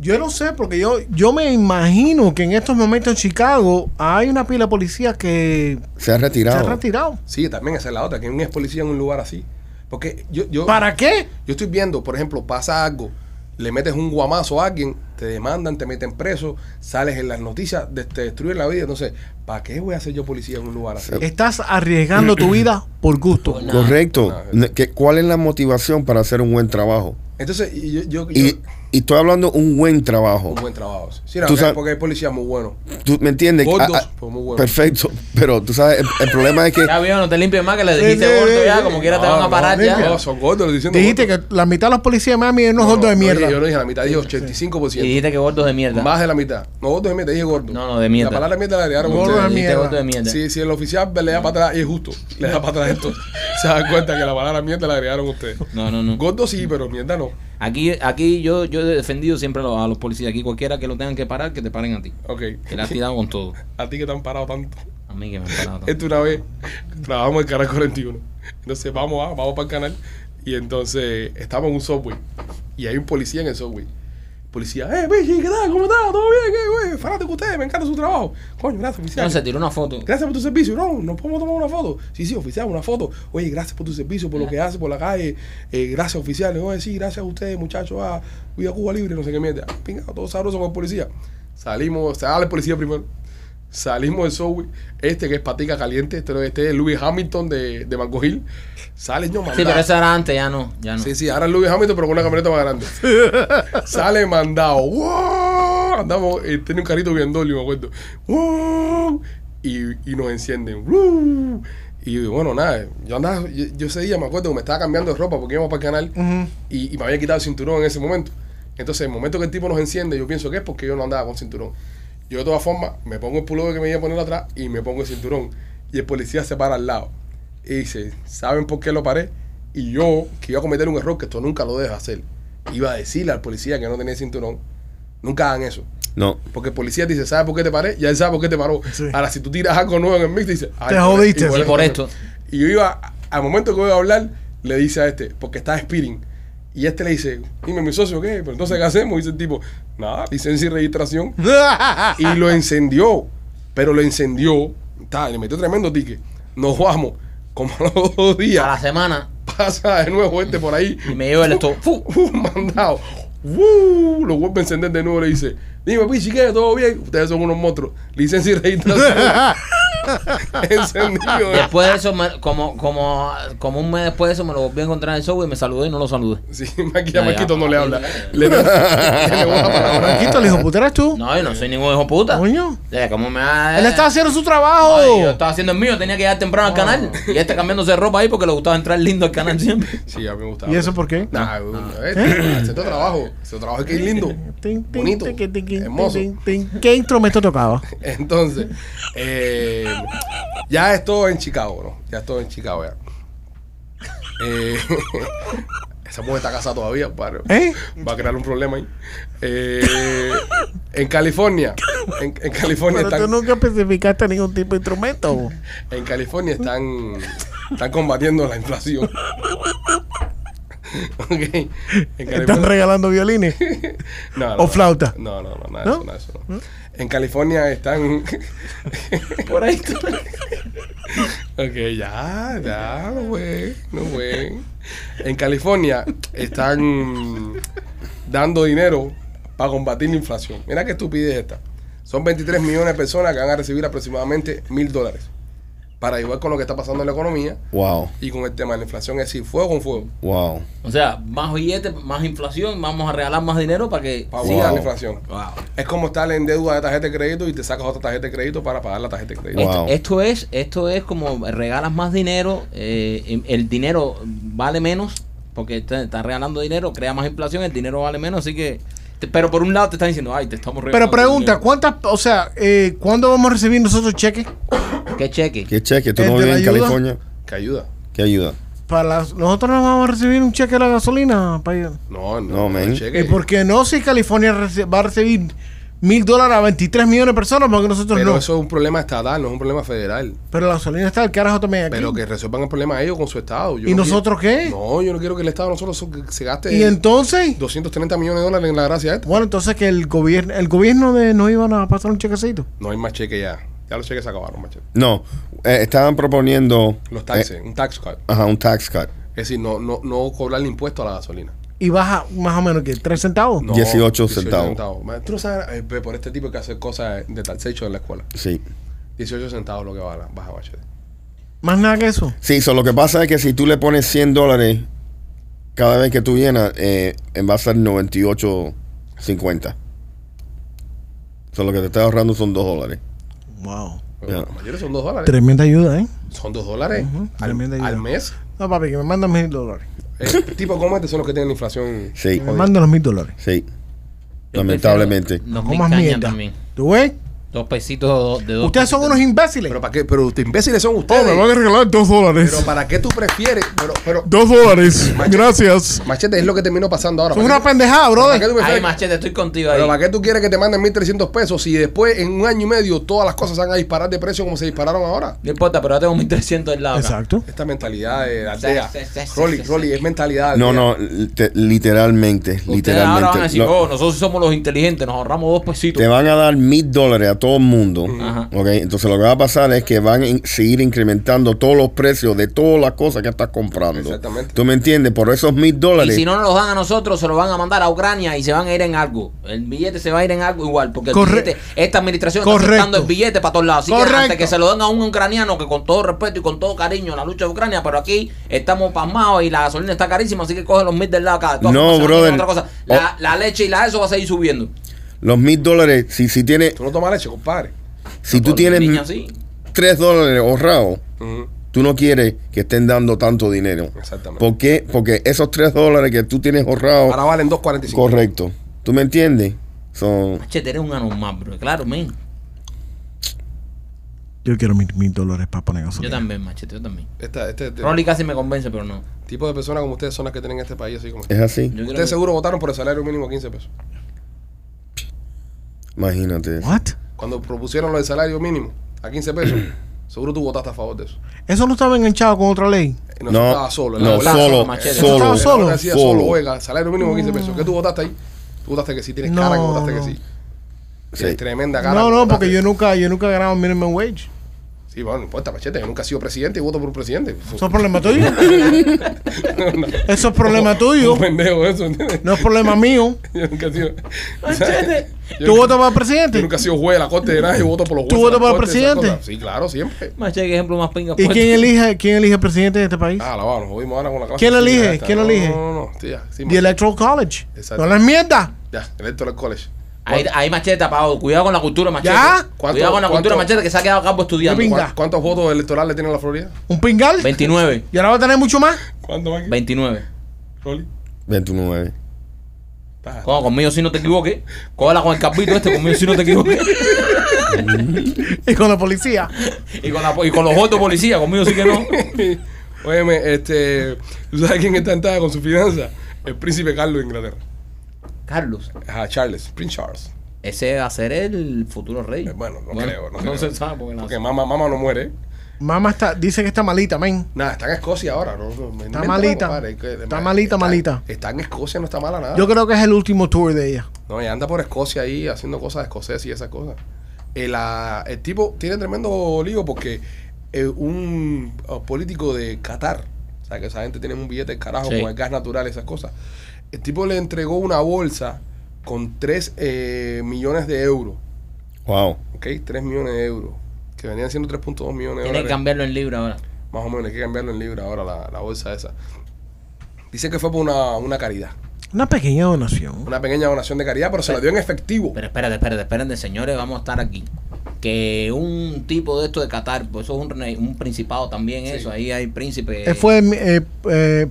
Yo no sé, porque yo, yo me imagino que en estos momentos en Chicago hay una pila de policías que
Se ha retirado.
se ha retirado.
Sí, también esa es la otra, que un ex policía en un lugar así. Porque yo, yo,
¿Para qué?
yo estoy viendo, por ejemplo, pasa algo, le metes un guamazo a alguien, te demandan, te meten preso, sales en las noticias, de- te destruyen la vida. Entonces, ¿para qué voy a ser yo policía en un lugar así?
Estás arriesgando tu vida por gusto.
Bueno.
Correcto.
Ah,
Ne- que- ¿Cuál es la motivación para hacer un buen trabajo?
Entonces, y yo, yo, yo-
Y, y estoy hablando un buen trabajo.
un buen trabajo. Sí, no,
Tú
porque-
sabes-
porque hay policías muy buenos.
¿Tú me entiendes?
Gordos,
Ah, ah,
pero muy buenos.
perfecto. Pero tú sabes, el, el problema es que
Ya vieron, no te limpies más que le
Sí, sí,
dijiste gordo
sí,
ya,
sí.
como quiera te
No,
van a
no,
parar ya.
No, son gordos, les diciendo
Dijiste
gordos.
que la mitad de los policías de Miami no es
No,
gordo de
no, no dije-
mierda.
yo no dije la mitad, dije 85%.
Y dijiste que gordos de mierda.
Más de la mitad. No, gordo de mierda, dije gordo.
No, no, de mierda.
La palabra mierda la tiraron
Gordo
ustedes.
de
Dijiste
mierda.
gordo de mierda.
Si, si el oficial le da para atrás, es justo. Le da para atrás esto. Se dan cuenta que la palabra mierda la agregaron ustedes.
No, no, no.
Gordo sí, pero mierda no.
Aquí, aquí yo, yo he defendido siempre a los, a los policías. Aquí cualquiera que lo tengan que parar, que te paren a ti.
Ok.
Que le has tirado con todo.
A ti que te han parado tanto.
A mí que me han parado. tanto.
Esto una vez, trabajamos en Canal 41. Entonces vamos a, vamos para el canal. Y entonces estamos en un subway. Y hay un policía en el subway. Policía, eh, Pichi, ¿qué tal? ¿Cómo está? ¿Todo bien? ¿Qué, güey? Fanático usted, me encanta su trabajo. Coño, gracias, oficial.
No, se tiró una foto.
Gracias por tu servicio, no, nos podemos tomar una foto. Sí, sí, oficial, una foto. Oye, gracias por tu servicio, por lo que hace por la calle. Eh, gracias, oficial. Oye, sí, gracias a ustedes, muchachos. Ah, Viva Cuba Libre, no sé qué mierda. Pinga, todo sabroso con el policía. Salimos, sale el policía primero. Salimos del subway. Este que es patica caliente, este, este es Louis Hamilton de, de Mango Hill. Sale yo mandado.
Sí, pero esa era antes, ya no, ya no.
Sí, sí, ahora es Louis Hamilton, pero con una camioneta más grande. Sale mandado. ¡Wow! ¡guau! Andamos, eh, tenía un carrito bien me acuerdo. ¡Guau! Y, y nos encienden. ¡guau! Y bueno, nada, yo andaba, yo, yo ese día me acuerdo que me estaba cambiando de ropa porque íbamos para el canal
Ujú.
y, y me había quitado el cinturón en ese momento. Entonces, el momento que el tipo nos enciende, yo pienso que es porque yo no andaba con cinturón. Yo de todas formas me pongo el pullover que me iba a poner atrás y me pongo el cinturón. Y el policía se para al lado y dice, ¿saben por qué lo paré? Y yo, que iba a cometer un error que esto nunca lo deja hacer, iba a decirle al policía que no tenía cinturón. Nunca hagan eso.
No.
Porque el policía te dice, ¿sabes por qué te paré? Ya él sabe por qué te paró.
Sí.
Ahora, si tú tiras algo nuevo en el mix, dice, "Ay,
Te
por-
jodiste".
igual
Y
es
por
que-".
esto.
Y yo iba, al momento que voy a hablar, le dice a este, porque está speeding. Y este le dice, dime, mi socio, ¿qué? Pero entonces, ¿qué hacemos? Dice el tipo, nada, licencia y registración. Y lo encendió, pero lo encendió. Está, le metió tremendo ticket. Nos vamos. Como a los dos días,
A la semana
pasa de nuevo este por ahí.
y me llevo el esto. ¡Fu!
Uh, mandado. Uh, lo vuelve a encender de nuevo. Le dice: Dime, pichi, ¿qué? ¿Todo bien? Ustedes son unos monstruos. Licencia y registración. Encendido. eh.
Después de eso, me- como, como, como un mes después de eso, me lo volví a encontrar en el software y me saludé y no lo saludé.
Sí, Maqui- ya
Ya,
Marquito
ya.
no le habla. Le, le- le- le- una palabra.
Marquito, el hijo puta eres tú.
No, yo no soy ningún hijo puta.
Coño.
Eh, ¿Cómo me va?
Él está haciendo su trabajo.
Ay, yo estaba haciendo el mío, tenía que llegar temprano al canal. Y este cambiándose de ropa ahí porque le gustaba entrar lindo al canal siempre.
Sí, a mí me gustaba.
¿Y eso por qué? Ah.
Nah, eh, hace todo trabajo. Ese trabajo es que es lindo.
Tin, tin,
Bonito.
tin, tin, tin,
Hermoso.
tin, tin. ¿Qué instrumento tocaba?
Entonces, eh, ya es todo en Chicago, ¿no? Ya es todo en Chicago, ya. Eh, esa mujer está casada todavía, padre.
¿Eh?
Va a crear un problema ahí. Eh, en California, en, en California
Pero tú
están,
nunca especificaste ningún tipo de instrumento.
en California están, están combatiendo la inflación. Ok. En
Están
California-
regalando violines.
No, no,
¿O
no.
flauta?
No, no, no, nada de eso,
¿No? ¿Mm?
nada de eso, no. En California están.
Por ahí está.
Ok, ya, ya, no güey, no güey. En California están dando dinero para combatir la inflación. Mira qué estupidez esta. Son 23 millones de personas que van a recibir aproximadamente mil dólares para ayudar con lo que está pasando en la economía
Wow.
y con el tema de la inflación. Es decir, fuego con fuego.
Wow.
O sea, más billetes, más inflación, vamos a regalar más dinero para que
Para
Wow.
abordar la inflación.
Wow.
Es como estar en deuda de tarjeta de crédito y te sacas otra tarjeta de crédito para pagar la tarjeta de crédito.
Wow.
Esto, esto es esto es como regalas más dinero, eh, el dinero vale menos porque te- estás regalando dinero, crea más inflación, el dinero vale menos, así que te- pero por un lado te están diciendo, "Ay, te estamos
Pero
regalando
pregunta,
dinero".
¿cuántas, o sea, eh, ¿cuándo vamos a recibir nosotros cheques?
¿qué cheque?
¿Qué cheque? ¿Tú
¿El
no
de
vives
la
en
ayuda?
California?
Que ayuda.
¿Qué ayuda?
Para las- nosotros no vamos a recibir un cheque de la gasolina para ir.
No,
No,
no,
man.
cheque.
¿Y Eh, por qué no si California rece- va a recibir mil dólares a 23 millones de personas? Porque nosotros
Pero
no.
eso es un problema estatal, no es un problema federal.
Pero la gasolina está el carajo también aquí.
Pero que resuelvan el problema ellos con su Estado. Yo
¿Y
no
nosotros
quiero-
qué?
No, yo no quiero que el Estado nosotros so- que se gaste
y entonces,
230 millones de dólares en la gracia esta.
bueno, entonces que el gobierno, el gobierno de no iban a pasar un chequecito.
No hay más cheque ya. Ya los cheques se acabaron, machete.
No. eh, estaban proponiendo.
Los taxes,
eh,
un tax cut.
ajá, un tax cut.
Es decir, no, no, no cobrarle impuesto a la gasolina.
Y baja más o menos que tres centavos.
No,
18 centavos.
Ma- Tú no sabes, eh, ve, por este tipo hay que hacer cosas de taxation en la escuela.
Sí.
18 centavos lo que va la baja, machete.
Más nada que eso.
Sí, so, lo que pasa es que si tú le pones 100 dólares cada vez que tú llenas, eh, va a ser 98.50. So, lo que te estás ahorrando son 2 dólares.
Wow.
Pero
Ya.
los mayores son 2 dólares.
Tremenda ayuda, ¿eh?
Son 2 dólares
Ujú, tremenda
al,
ayuda.
al mes.
No, papi, que me mandan mil dólares.
El tipo como este son los que tienen la inflación.
Sí,
Que me mandan los mil dólares.
sí.
Yo
Lamentablemente.
prefiero Dos
No
mil
más
cañas
mierda.
también.
¿Tú ves?
Dos pesitos de dos.
Ustedes son unos imbéciles.
Pero para qué, pero los imbéciles son ustedes.
a regalar dos dólares.
pero para qué tú prefieres, pero, pero
Dos dólares. Gracias.
Machete, es lo que terminó pasando ahora.
Es
¿Para
una
qué- para
pendejada,
qué
brother.
tú
Ay,
prefieres-
machete, estoy contigo ahí.
Pero ¿para qué tú quieres que te manden 1.300 pesos si después en un año y medio todas las cosas se van a disparar de precio como se dispararon ahora?
No importa, pero ahora tengo 1300 del lado. acá.
Exacto.
Esta mentalidad de aldea.
Sí, sí, sí,
Rolly,
sí, sí.
Rolly, es mentalidad. de
No,
aldea.
no, te- literalmente,
Ustedes ahora van a
literalmente.
decir,
Lo-
oh, nosotros somos los inteligentes, nos ahorramos dos pesitos.
te van a dar mil dólares a todo el mundo.
Ajá.
¿ok? Entonces lo que va a pasar es que van a in- seguir incrementando todos los precios de todas las cosas que estás comprando.
Exactamente.
¿Tú me entiendes? Por esos mil
Y
dólares.
si no nos los dan a nosotros, se los van a mandar a Ucrania y se van a ir en algo. El billete se va a ir en algo igual, porque el
Corre-
billete, esta administración
Correcto.
está soltando el billete para todos lados. Así
Correcto.
que hasta que se lo den a un ucraniano, que con todo respeto y con todo cariño, la lucha de Ucrania, pero aquí estamos pasmados y la gasolina está carísima, así que coge los mil del lado acá. De todas
No,
formas, se van a ir
brother. Oh.
otra cosa. La, la leche y la eso va a seguir subiendo.
Los mil dólares, si, si, tiene,
Tú no tomas leche, compadre.
si tú
Con
tienes
niños así.
tres dólares ahorrados,
Ujú,
tú no quieres que estén dando tanto dinero.
Exactamente.
¿Por qué? Porque esos tres dólares que tú tienes
Ahora
ahorrados,
valen 2.45.
correcto. ¿Tú me entiendes? Son
Machete, eres un anormal, bro. Claro, men.
Yo quiero mis mil dólares para poner
Yo
gasolina.
también, machete, yo también.
Esta- este este
Rolly casi me convence, pero no.
tipo de personas como ustedes son las que tienen en este país, así como.
es así.
Yo creo que-
Ustedes seguro votaron por el salario mínimo de 15 pesos.
Imagínate. eso.
What?
Cuando propusieron lo del salario mínimo a 15 pesos, seguro tú votaste a favor de eso.
Eso no estaba enganchado con otra ley.
No,
No,
estaba solo.
no,
la
solo,
Machete.
solo,
Estaba solo.
solo,
Hacía solo. Oiga, salario mínimo de 15 pesos. ¿Qué tú votaste ahí? Tú votaste que sí, tienes
No,
cara que votaste que
no.
sí.
Sí.
Tienes tremenda cara.
No,
que
no,
votaste.
porque yo nunca, yo nunca he ganado minimum wage.
Sí, bueno, no importa, machete. Yo nunca he sido presidente y voto por un presidente.
Eso es problema tuyo. Eso es problema tuyo.
Un pendejo eso, ¿entiendes?
No es problema mío.
Yo nunca he sido.
Machete.
Yo
¿Tú
nunca-
votas para
Yo
el presidente?
nunca he sido juez de la corte de nada y voto por los
¿Tú
jueces. de la
votas por el
corte, esas
presidente?
cosas. Sí, claro, siempre.
Machete, que ejemplo más pinga. pues.
¿Y
puesto.
quién elige, quién elige el presidente de este país?
Ah, la vamos, nos jodimos ahora con la clase.
¿Quién lo
política
elige?
esta.
¿Quién lo
No,
elige?
No, no, no, sí, ya, sí,
The
macho.
Electoral College.
Exacto.
No las mierdas.
Ya, Electoral College.
Ahí, ahí machete tapado. Cuidado con la cultura, machete.
¿Ya?
¿Cuánto-
Cuidado con la cultura,
cuánto-
machete, que se ha quedado campo estudiando.
Yo
¿Cuán-
Venga.
¿Cuántos votos electorales tiene la Florida?
Un pingal.
29.
Y ahora va a tener mucho más.
¿Cuántos más?
29.
Rolly.
29.
Estás-
Cojo, conmigo si no te equivoques. Cógala con el capito este, conmigo si no te equivoques.
Y con la policía.
Y con, la, y con los otros policías, conmigo sí que no.
Óyeme, este, ¿tú sabes quién está entrada con su fianza? El príncipe Carlos de Inglaterra.
Carlos,
Ajá, Charles, Prince Charles.
ese va a ser el futuro rey.
Eh, bueno, no creo, no
No
creo.
se sabe porque,
Porque
no.
mamá, mamá no muere. ¿eh?
Mamá está, dice que está malita, men.
Nada, está en Escocia ahora. No, No, me invento,
malita.
compadre, es que-
Está malita, malita.
Está en Escocia, no está mala nada.
Yo creo que es el último tour de ella.
No, y anda por Escocia ahí haciendo cosas de escocés y esas cosas. El, ah, el tipo tiene tremendo lío porque eh, un ah, político de Qatar, o sea, que esa gente tiene un billete de carajo
Sí.
con el gas natural y esas cosas. El tipo le entregó una bolsa con 3 millones de euros,
Wow.
¿ok? 3 millones de euros, que venían siendo 3.2 millones de
Tiene que
dólares.
cambiarlo en libra ahora.
Más o menos, hay que cambiarlo en libra ahora la, la bolsa esa. Dice que fue por una, una caridad,
Una pequeña donación.
una pequeña donación de caridad, pero se la dio en efectivo.
Pero espérate, espérate, espérate, señores, vamos a estar aquí. Que un tipo de esto de Qatar, pues eso es un, rey- un principado también, eso. Ahí hay príncipe.
Él fue eh, eh,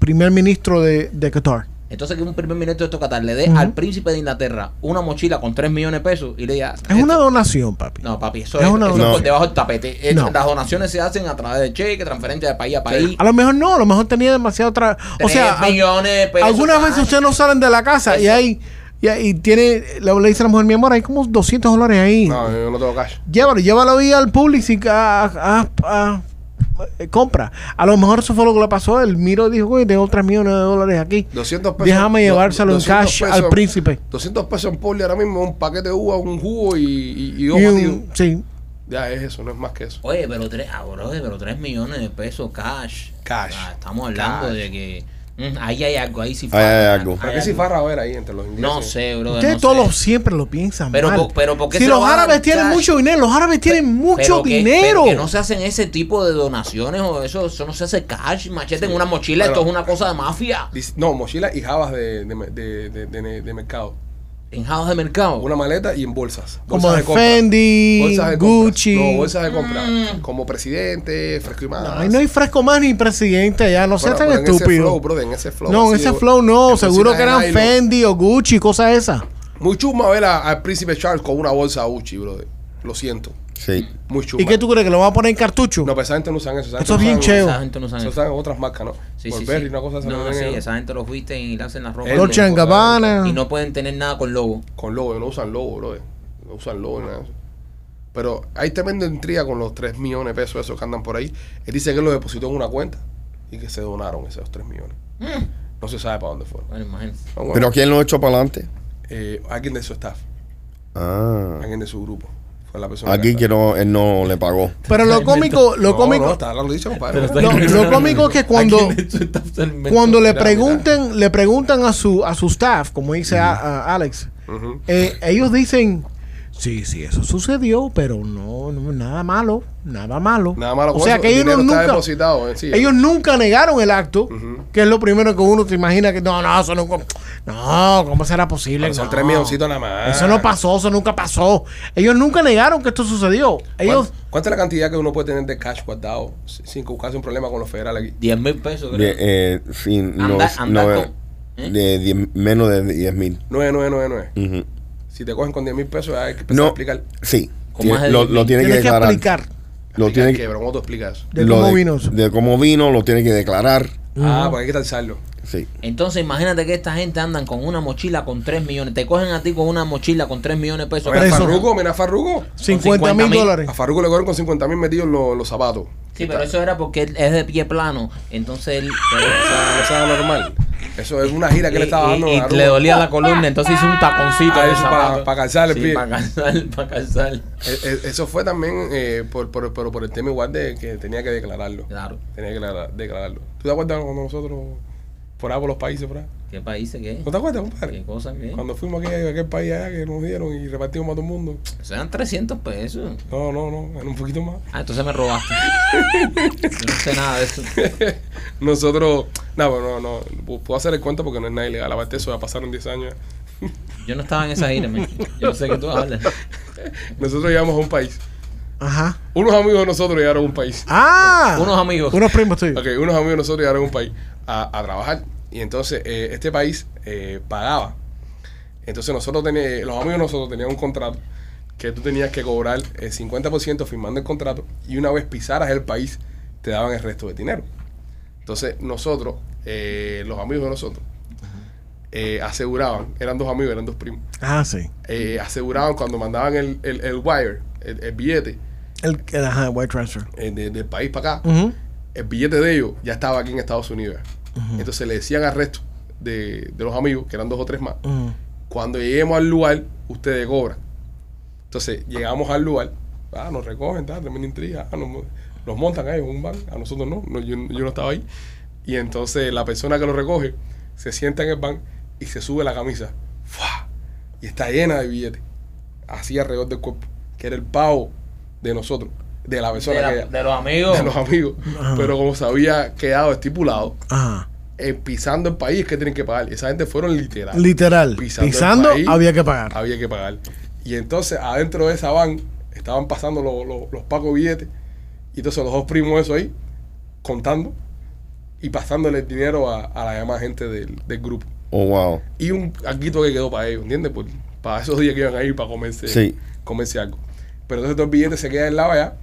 primer ministro de, de Qatar.
Entonces, que un primer ministro de esto de Qatar le dé
Ujú.
al príncipe de Inglaterra una mochila con 3 millones de pesos y le diga.
Es una donación, papi.
No, papi, eso
Es
es,
una
eso es
donación.
por debajo del tapete. Es-
No.
Las donaciones se hacen a través de cheque, transferencia de país a país.
A lo mejor no, a lo mejor tenía demasiado tra- O
Tres
sea, a-
millones de pesos.
algunas
más.
veces ustedes no salen de la casa y hay y, ahí tiene le, le dice a la mujer, mi amor, hay como 200 dólares ahí.
No, eh. yo no tengo cash.
Llévalo, llévalo ahí al Publix y a, a- a- eh, compra. A lo mejor eso fue lo que le pasó. Él miró y dijo, güey, tengo 3 millones de dólares aquí.
200 pesos.
Déjame
do-
llevárselo en
200
cash al príncipe.
200 pesos en poli ahora mismo, un paquete de uva, un jugo y, y, y dos
Y un-
batidos.
sí.
Ya es eso, no es más que eso.
Oye, pero tres, ah, bro, pero tres millones de pesos cash.
Cash.
O sea, estamos hablando
Cash.
de que mm, ahí hay algo, ahí sí
Ahí hay
falta,
algo.
¿Para qué si farra va a haber ahí entre los ingleses?
No sé, bro.
Ustedes
no
todos
sé.
los- siempre lo piensan
Pero
mal.
po- pero ¿por qué
si
se
los
lo van a
árabes
dar
tienen
cash?
mucho dinero, los árabes tienen mucho
Pero que-
dinero.
pero que no se hacen ese tipo de donaciones o eso, eso no se hace cash, machete en una mochila, esto es
Bueno.
una cosa de mafia.
Dice- No, mochila y jabas de, de, de, de, de- de mercado.
En jabas de mercado.
Una maleta y en bolsas.
como
Bolsas
de
compra.
Fendi,
Bolsas de compras.
Gucci.
No, bolsas de compra.
Mm.
Como presidente, fresco y más.
Ay, no hay fresco más ni presidente ya, no seas
Bueno,
tan
pero en ese
estúpido.
flow, brother, en ese flow.
no, en
así
ese
de-
flow no,
de
seguro
cocina
que
de
eran
nylon.
Fendi o Gucci, cosas esas.
Muy chuma ver a- al príncipe Charles con una bolsa Gucci, brother. Lo siento.
Sí.
Muy chuma.
¿Y qué tú crees que lo van a poner en cartucho?
No, pero esa gente no usan eso. esa gente
Eso es
no
bien
usan-
chévere.
Esa gente no sabe.
Eso están otras marcas, ¿no?
Sí, sí,
Burberry,
sí.
una cosa esa
No,
que
sí,
tienen en-
esa gente los viste y le hacen las ropas.
El
Dolce and Gabbana.
Y no pueden tener nada con logo.
Con logo, no usan logo, bro. No usan logo, nada. de eso. Pero hay tremenda intriga con los 3 millones de pesos esos que andan por ahí. Él dice que lo depositó en una cuenta y que se donaron esos 3 millones.
Mm.
No se sabe para dónde fueron.
Bueno, imagínense.
No, bueno,
Pero ¿quién lo echó para adelante?
eh, alguien de su staff,
Ah.
alguien de su grupo. Fue la persona
Aquí que
está-
no, él no le pagó.
Pero lo cómico, lo
No, No,
cómico,
está la noticia, compadre.
lo, lo cómico es que cuando cuando le pregunten, le preguntan a su a su staff, como dice a- a Alex,
Ujú.
eh, ellos dicen Sí, sí, eso sucedió, pero no, no, nada malo, nada malo.
Nada malo
O
con
sea
eso,
que
el
ellos no-
dinero está
nunca,
depositado, eh, sí.
ellos nunca negaron el acto,
Ujú.
que es lo primero que uno te imagina que no, no, eso nunca, no, ¿cómo será posible?
Son
No.
tres milloncitos nada más.
Eso no pasó, eso nunca pasó. Ellos nunca negaron que esto sucedió. Ellos,
¿Cuánto- ¿Cuánta es la cantidad que uno puede tener de cash guardado si- sin que buscarse un problema con los federales aquí?
10 mil pesos, creo.
De, eh, sin, no,
Andar- andar
no,
con- ¿eh?
de diez- menos de 10 mil.
9999.
Ujú.
Si te cogen con 10 mil pesos, hay que empezar a
No,
explicar.
sí.
Con
Tiene-
más de
lo,
10.000.
lo tiene que
tienes que
declarar.
aplicar
Lo
Explicar
tiene
qué, bro? ¿Cómo tú explicas eso?
de
lo
cómo vino eso.
De cómo vino, lo tiene que declarar.
Ah, pues hay que talzarlo.
Sí.
Entonces imagínate que esta gente andan con una mochila con 3 millones. Te cogen a ti con una mochila con 3 millones de pesos.
Mira a
Preso.
Farruko, mira a Farruko.
50 mil
50.000.
dólares.
A Farruko le cogieron con 50 mil metidos en los, los zapatos.
Sí, pero eso era porque él es de pie plano. Entonces él...
Ah, Eso es normal. Eso es una gira que le estaba
y-
dando.
y-
a
y
Farruko.
le dolía la columna, entonces hizo un taconcito.
Ah,
de
eso pa-
zapato.
pa calzar el
Sí,
pie.
Para calzar, para calzar.
Eh, eh, Eso fue también eh, por, por, por, por el tema igual de que tenía que declararlo.
Claro.
Tenía que declara- declararlo. ¿Tú te acuerdas cuando nosotros, por ahí por los países, por ahí?
¿Qué país que es?
¿No te acuerdas,
¿Qué
compadre?
cosa que es?
Cuando fuimos aquí, a aquel país allá que nos dieron y repartimos para todo el mundo.
Eso eran 300 pesos.
No, no, no, era un poquito más.
Ah, entonces me robaste. Yo no sé nada de eso.
Nosotros, no, pero no, no, pu- puedo hacer el cuento porque no es nada ilegal. Aparte eso, ya pasaron 10 años.
Yo no estaba en esa gira, man. Yo no sé qué tú hablas.
Nosotros llegamos a un país.
Ajá.
Unos amigos de nosotros llegaron a un país.
Ah,
Unos amigos.
unos primos tuyos.
Ok, unos amigos de nosotros llegaron a un país a, a trabajar. Y entonces eh, este país eh, pagaba. Entonces nosotros teníamos, los amigos de nosotros tenían un contrato que tú tenías que cobrar eh, el 50% firmando el contrato y una vez pisaras el país te daban el resto de dinero. Entonces nosotros, eh, los amigos de nosotros, eh, aseguraban, eran dos amigos, eran dos primos,
Ah, sí.
eh, aseguraban cuando mandaban el, el, el wire, el, el billete
El, el- ajá, el white transfer.
eh, de- del país para acá,
Ujú.
el billete de ellos ya estaba aquí en Estados Unidos. Entonces le decían al resto de, de los amigos, que eran dos o tres más,
Ujú.
cuando lleguemos al lugar, ustedes cobran. Entonces llegamos al lugar, ah, nos recogen, tal, tremenda intriga, ah, nos, mo- nos montan ahí en un van, a nosotros no, no, yo, yo no estaba ahí. Y entonces la persona que lo recoge se sienta en el van y se sube la camisa, ¡fua! y está llena de billetes, así alrededor del cuerpo, que era el pago de nosotros, de la persona
de, la-
que
de los amigos.
de los amigos. Pero como se había quedado estipulado,
Ajá.
eh, pisando el país que tienen que pagar. Esa gente fueron literal.
Literal.
Pisando
Pisando,
el país.
había que pagar.
Había que pagar. Y entonces adentro de esa van estaban pasando los, los, los pacos de billetes. Y entonces los dos primos eso ahí, contando y pasándole el dinero a, a la demás gente del, del grupo.
Oh, wow.
Y un alguito que quedó para ellos, ¿entiendes? Por- para esos días que iban ahí para comerse,
Sí.
comerse algo. Pero entonces todo el billete se queda en la allá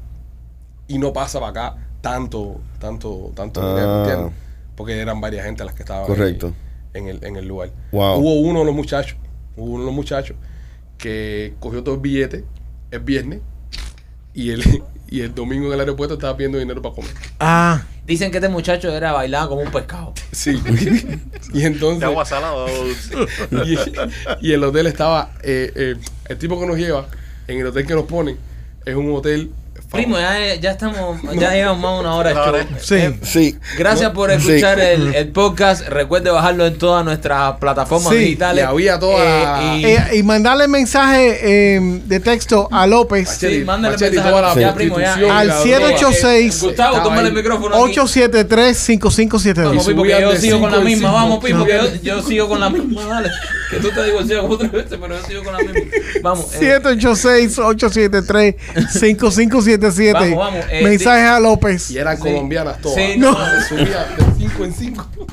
y no pasa para acá tanto, tanto, tanto dinero,
Ah.
¿entiendes? Porque eran varias gente las que estaban
Correcto.
ahí en el, en el lugar.
Wow.
Hubo uno de los muchachos, hubo uno de los muchachos que cogió todo el billete el viernes y el, y el domingo en el aeropuerto estaba pidiendo dinero para comer.
Ah,
Dicen que este muchacho era bailado como un pescado.
Sí. y
De
entonces.
agua salada o dulce.
y, y el hotel estaba. eh, eh, el tipo que nos lleva, en el hotel que nos ponen, es un hotel. famo-
Primo, ¿eh? ya, ya estamos, ya llevamos más de una hora de
Una hora.
show.
sí.
Sí.
Gracias
No,
por
sí.
escuchar
Mm.
el, el podcast. Recuerde bajarlo en todas nuestras plataformas
Sí,
digitales.
y había toda la-
y-
Eh, y mandarle mensaje eh, de texto a López
Machete,
sí, mándale
Machete,
mensaje
toda la
a- ya, primo, ya.
prostitución,
Al
la
786.
droga.
Eh, Gustavo,
Estaba
tómale
ahí.
el micrófono. aquí.
873-5572.
Vamos, Pipo, que
subían
yo
de
sigo
cinco
con la
en
misma.
cinco.
Vamos, Pipo,
No.
que yo, yo sigo con la misma. Dale. Que tú te divorcias como tres veces, pero yo sigo con la misma. Vamos. eh,
786-873-5577.
Vamos, vamos, eh,
Mensaje a López.
Y eran
Sí.
colombianas todas.
Sí,
no.
Subía de 5 en 5.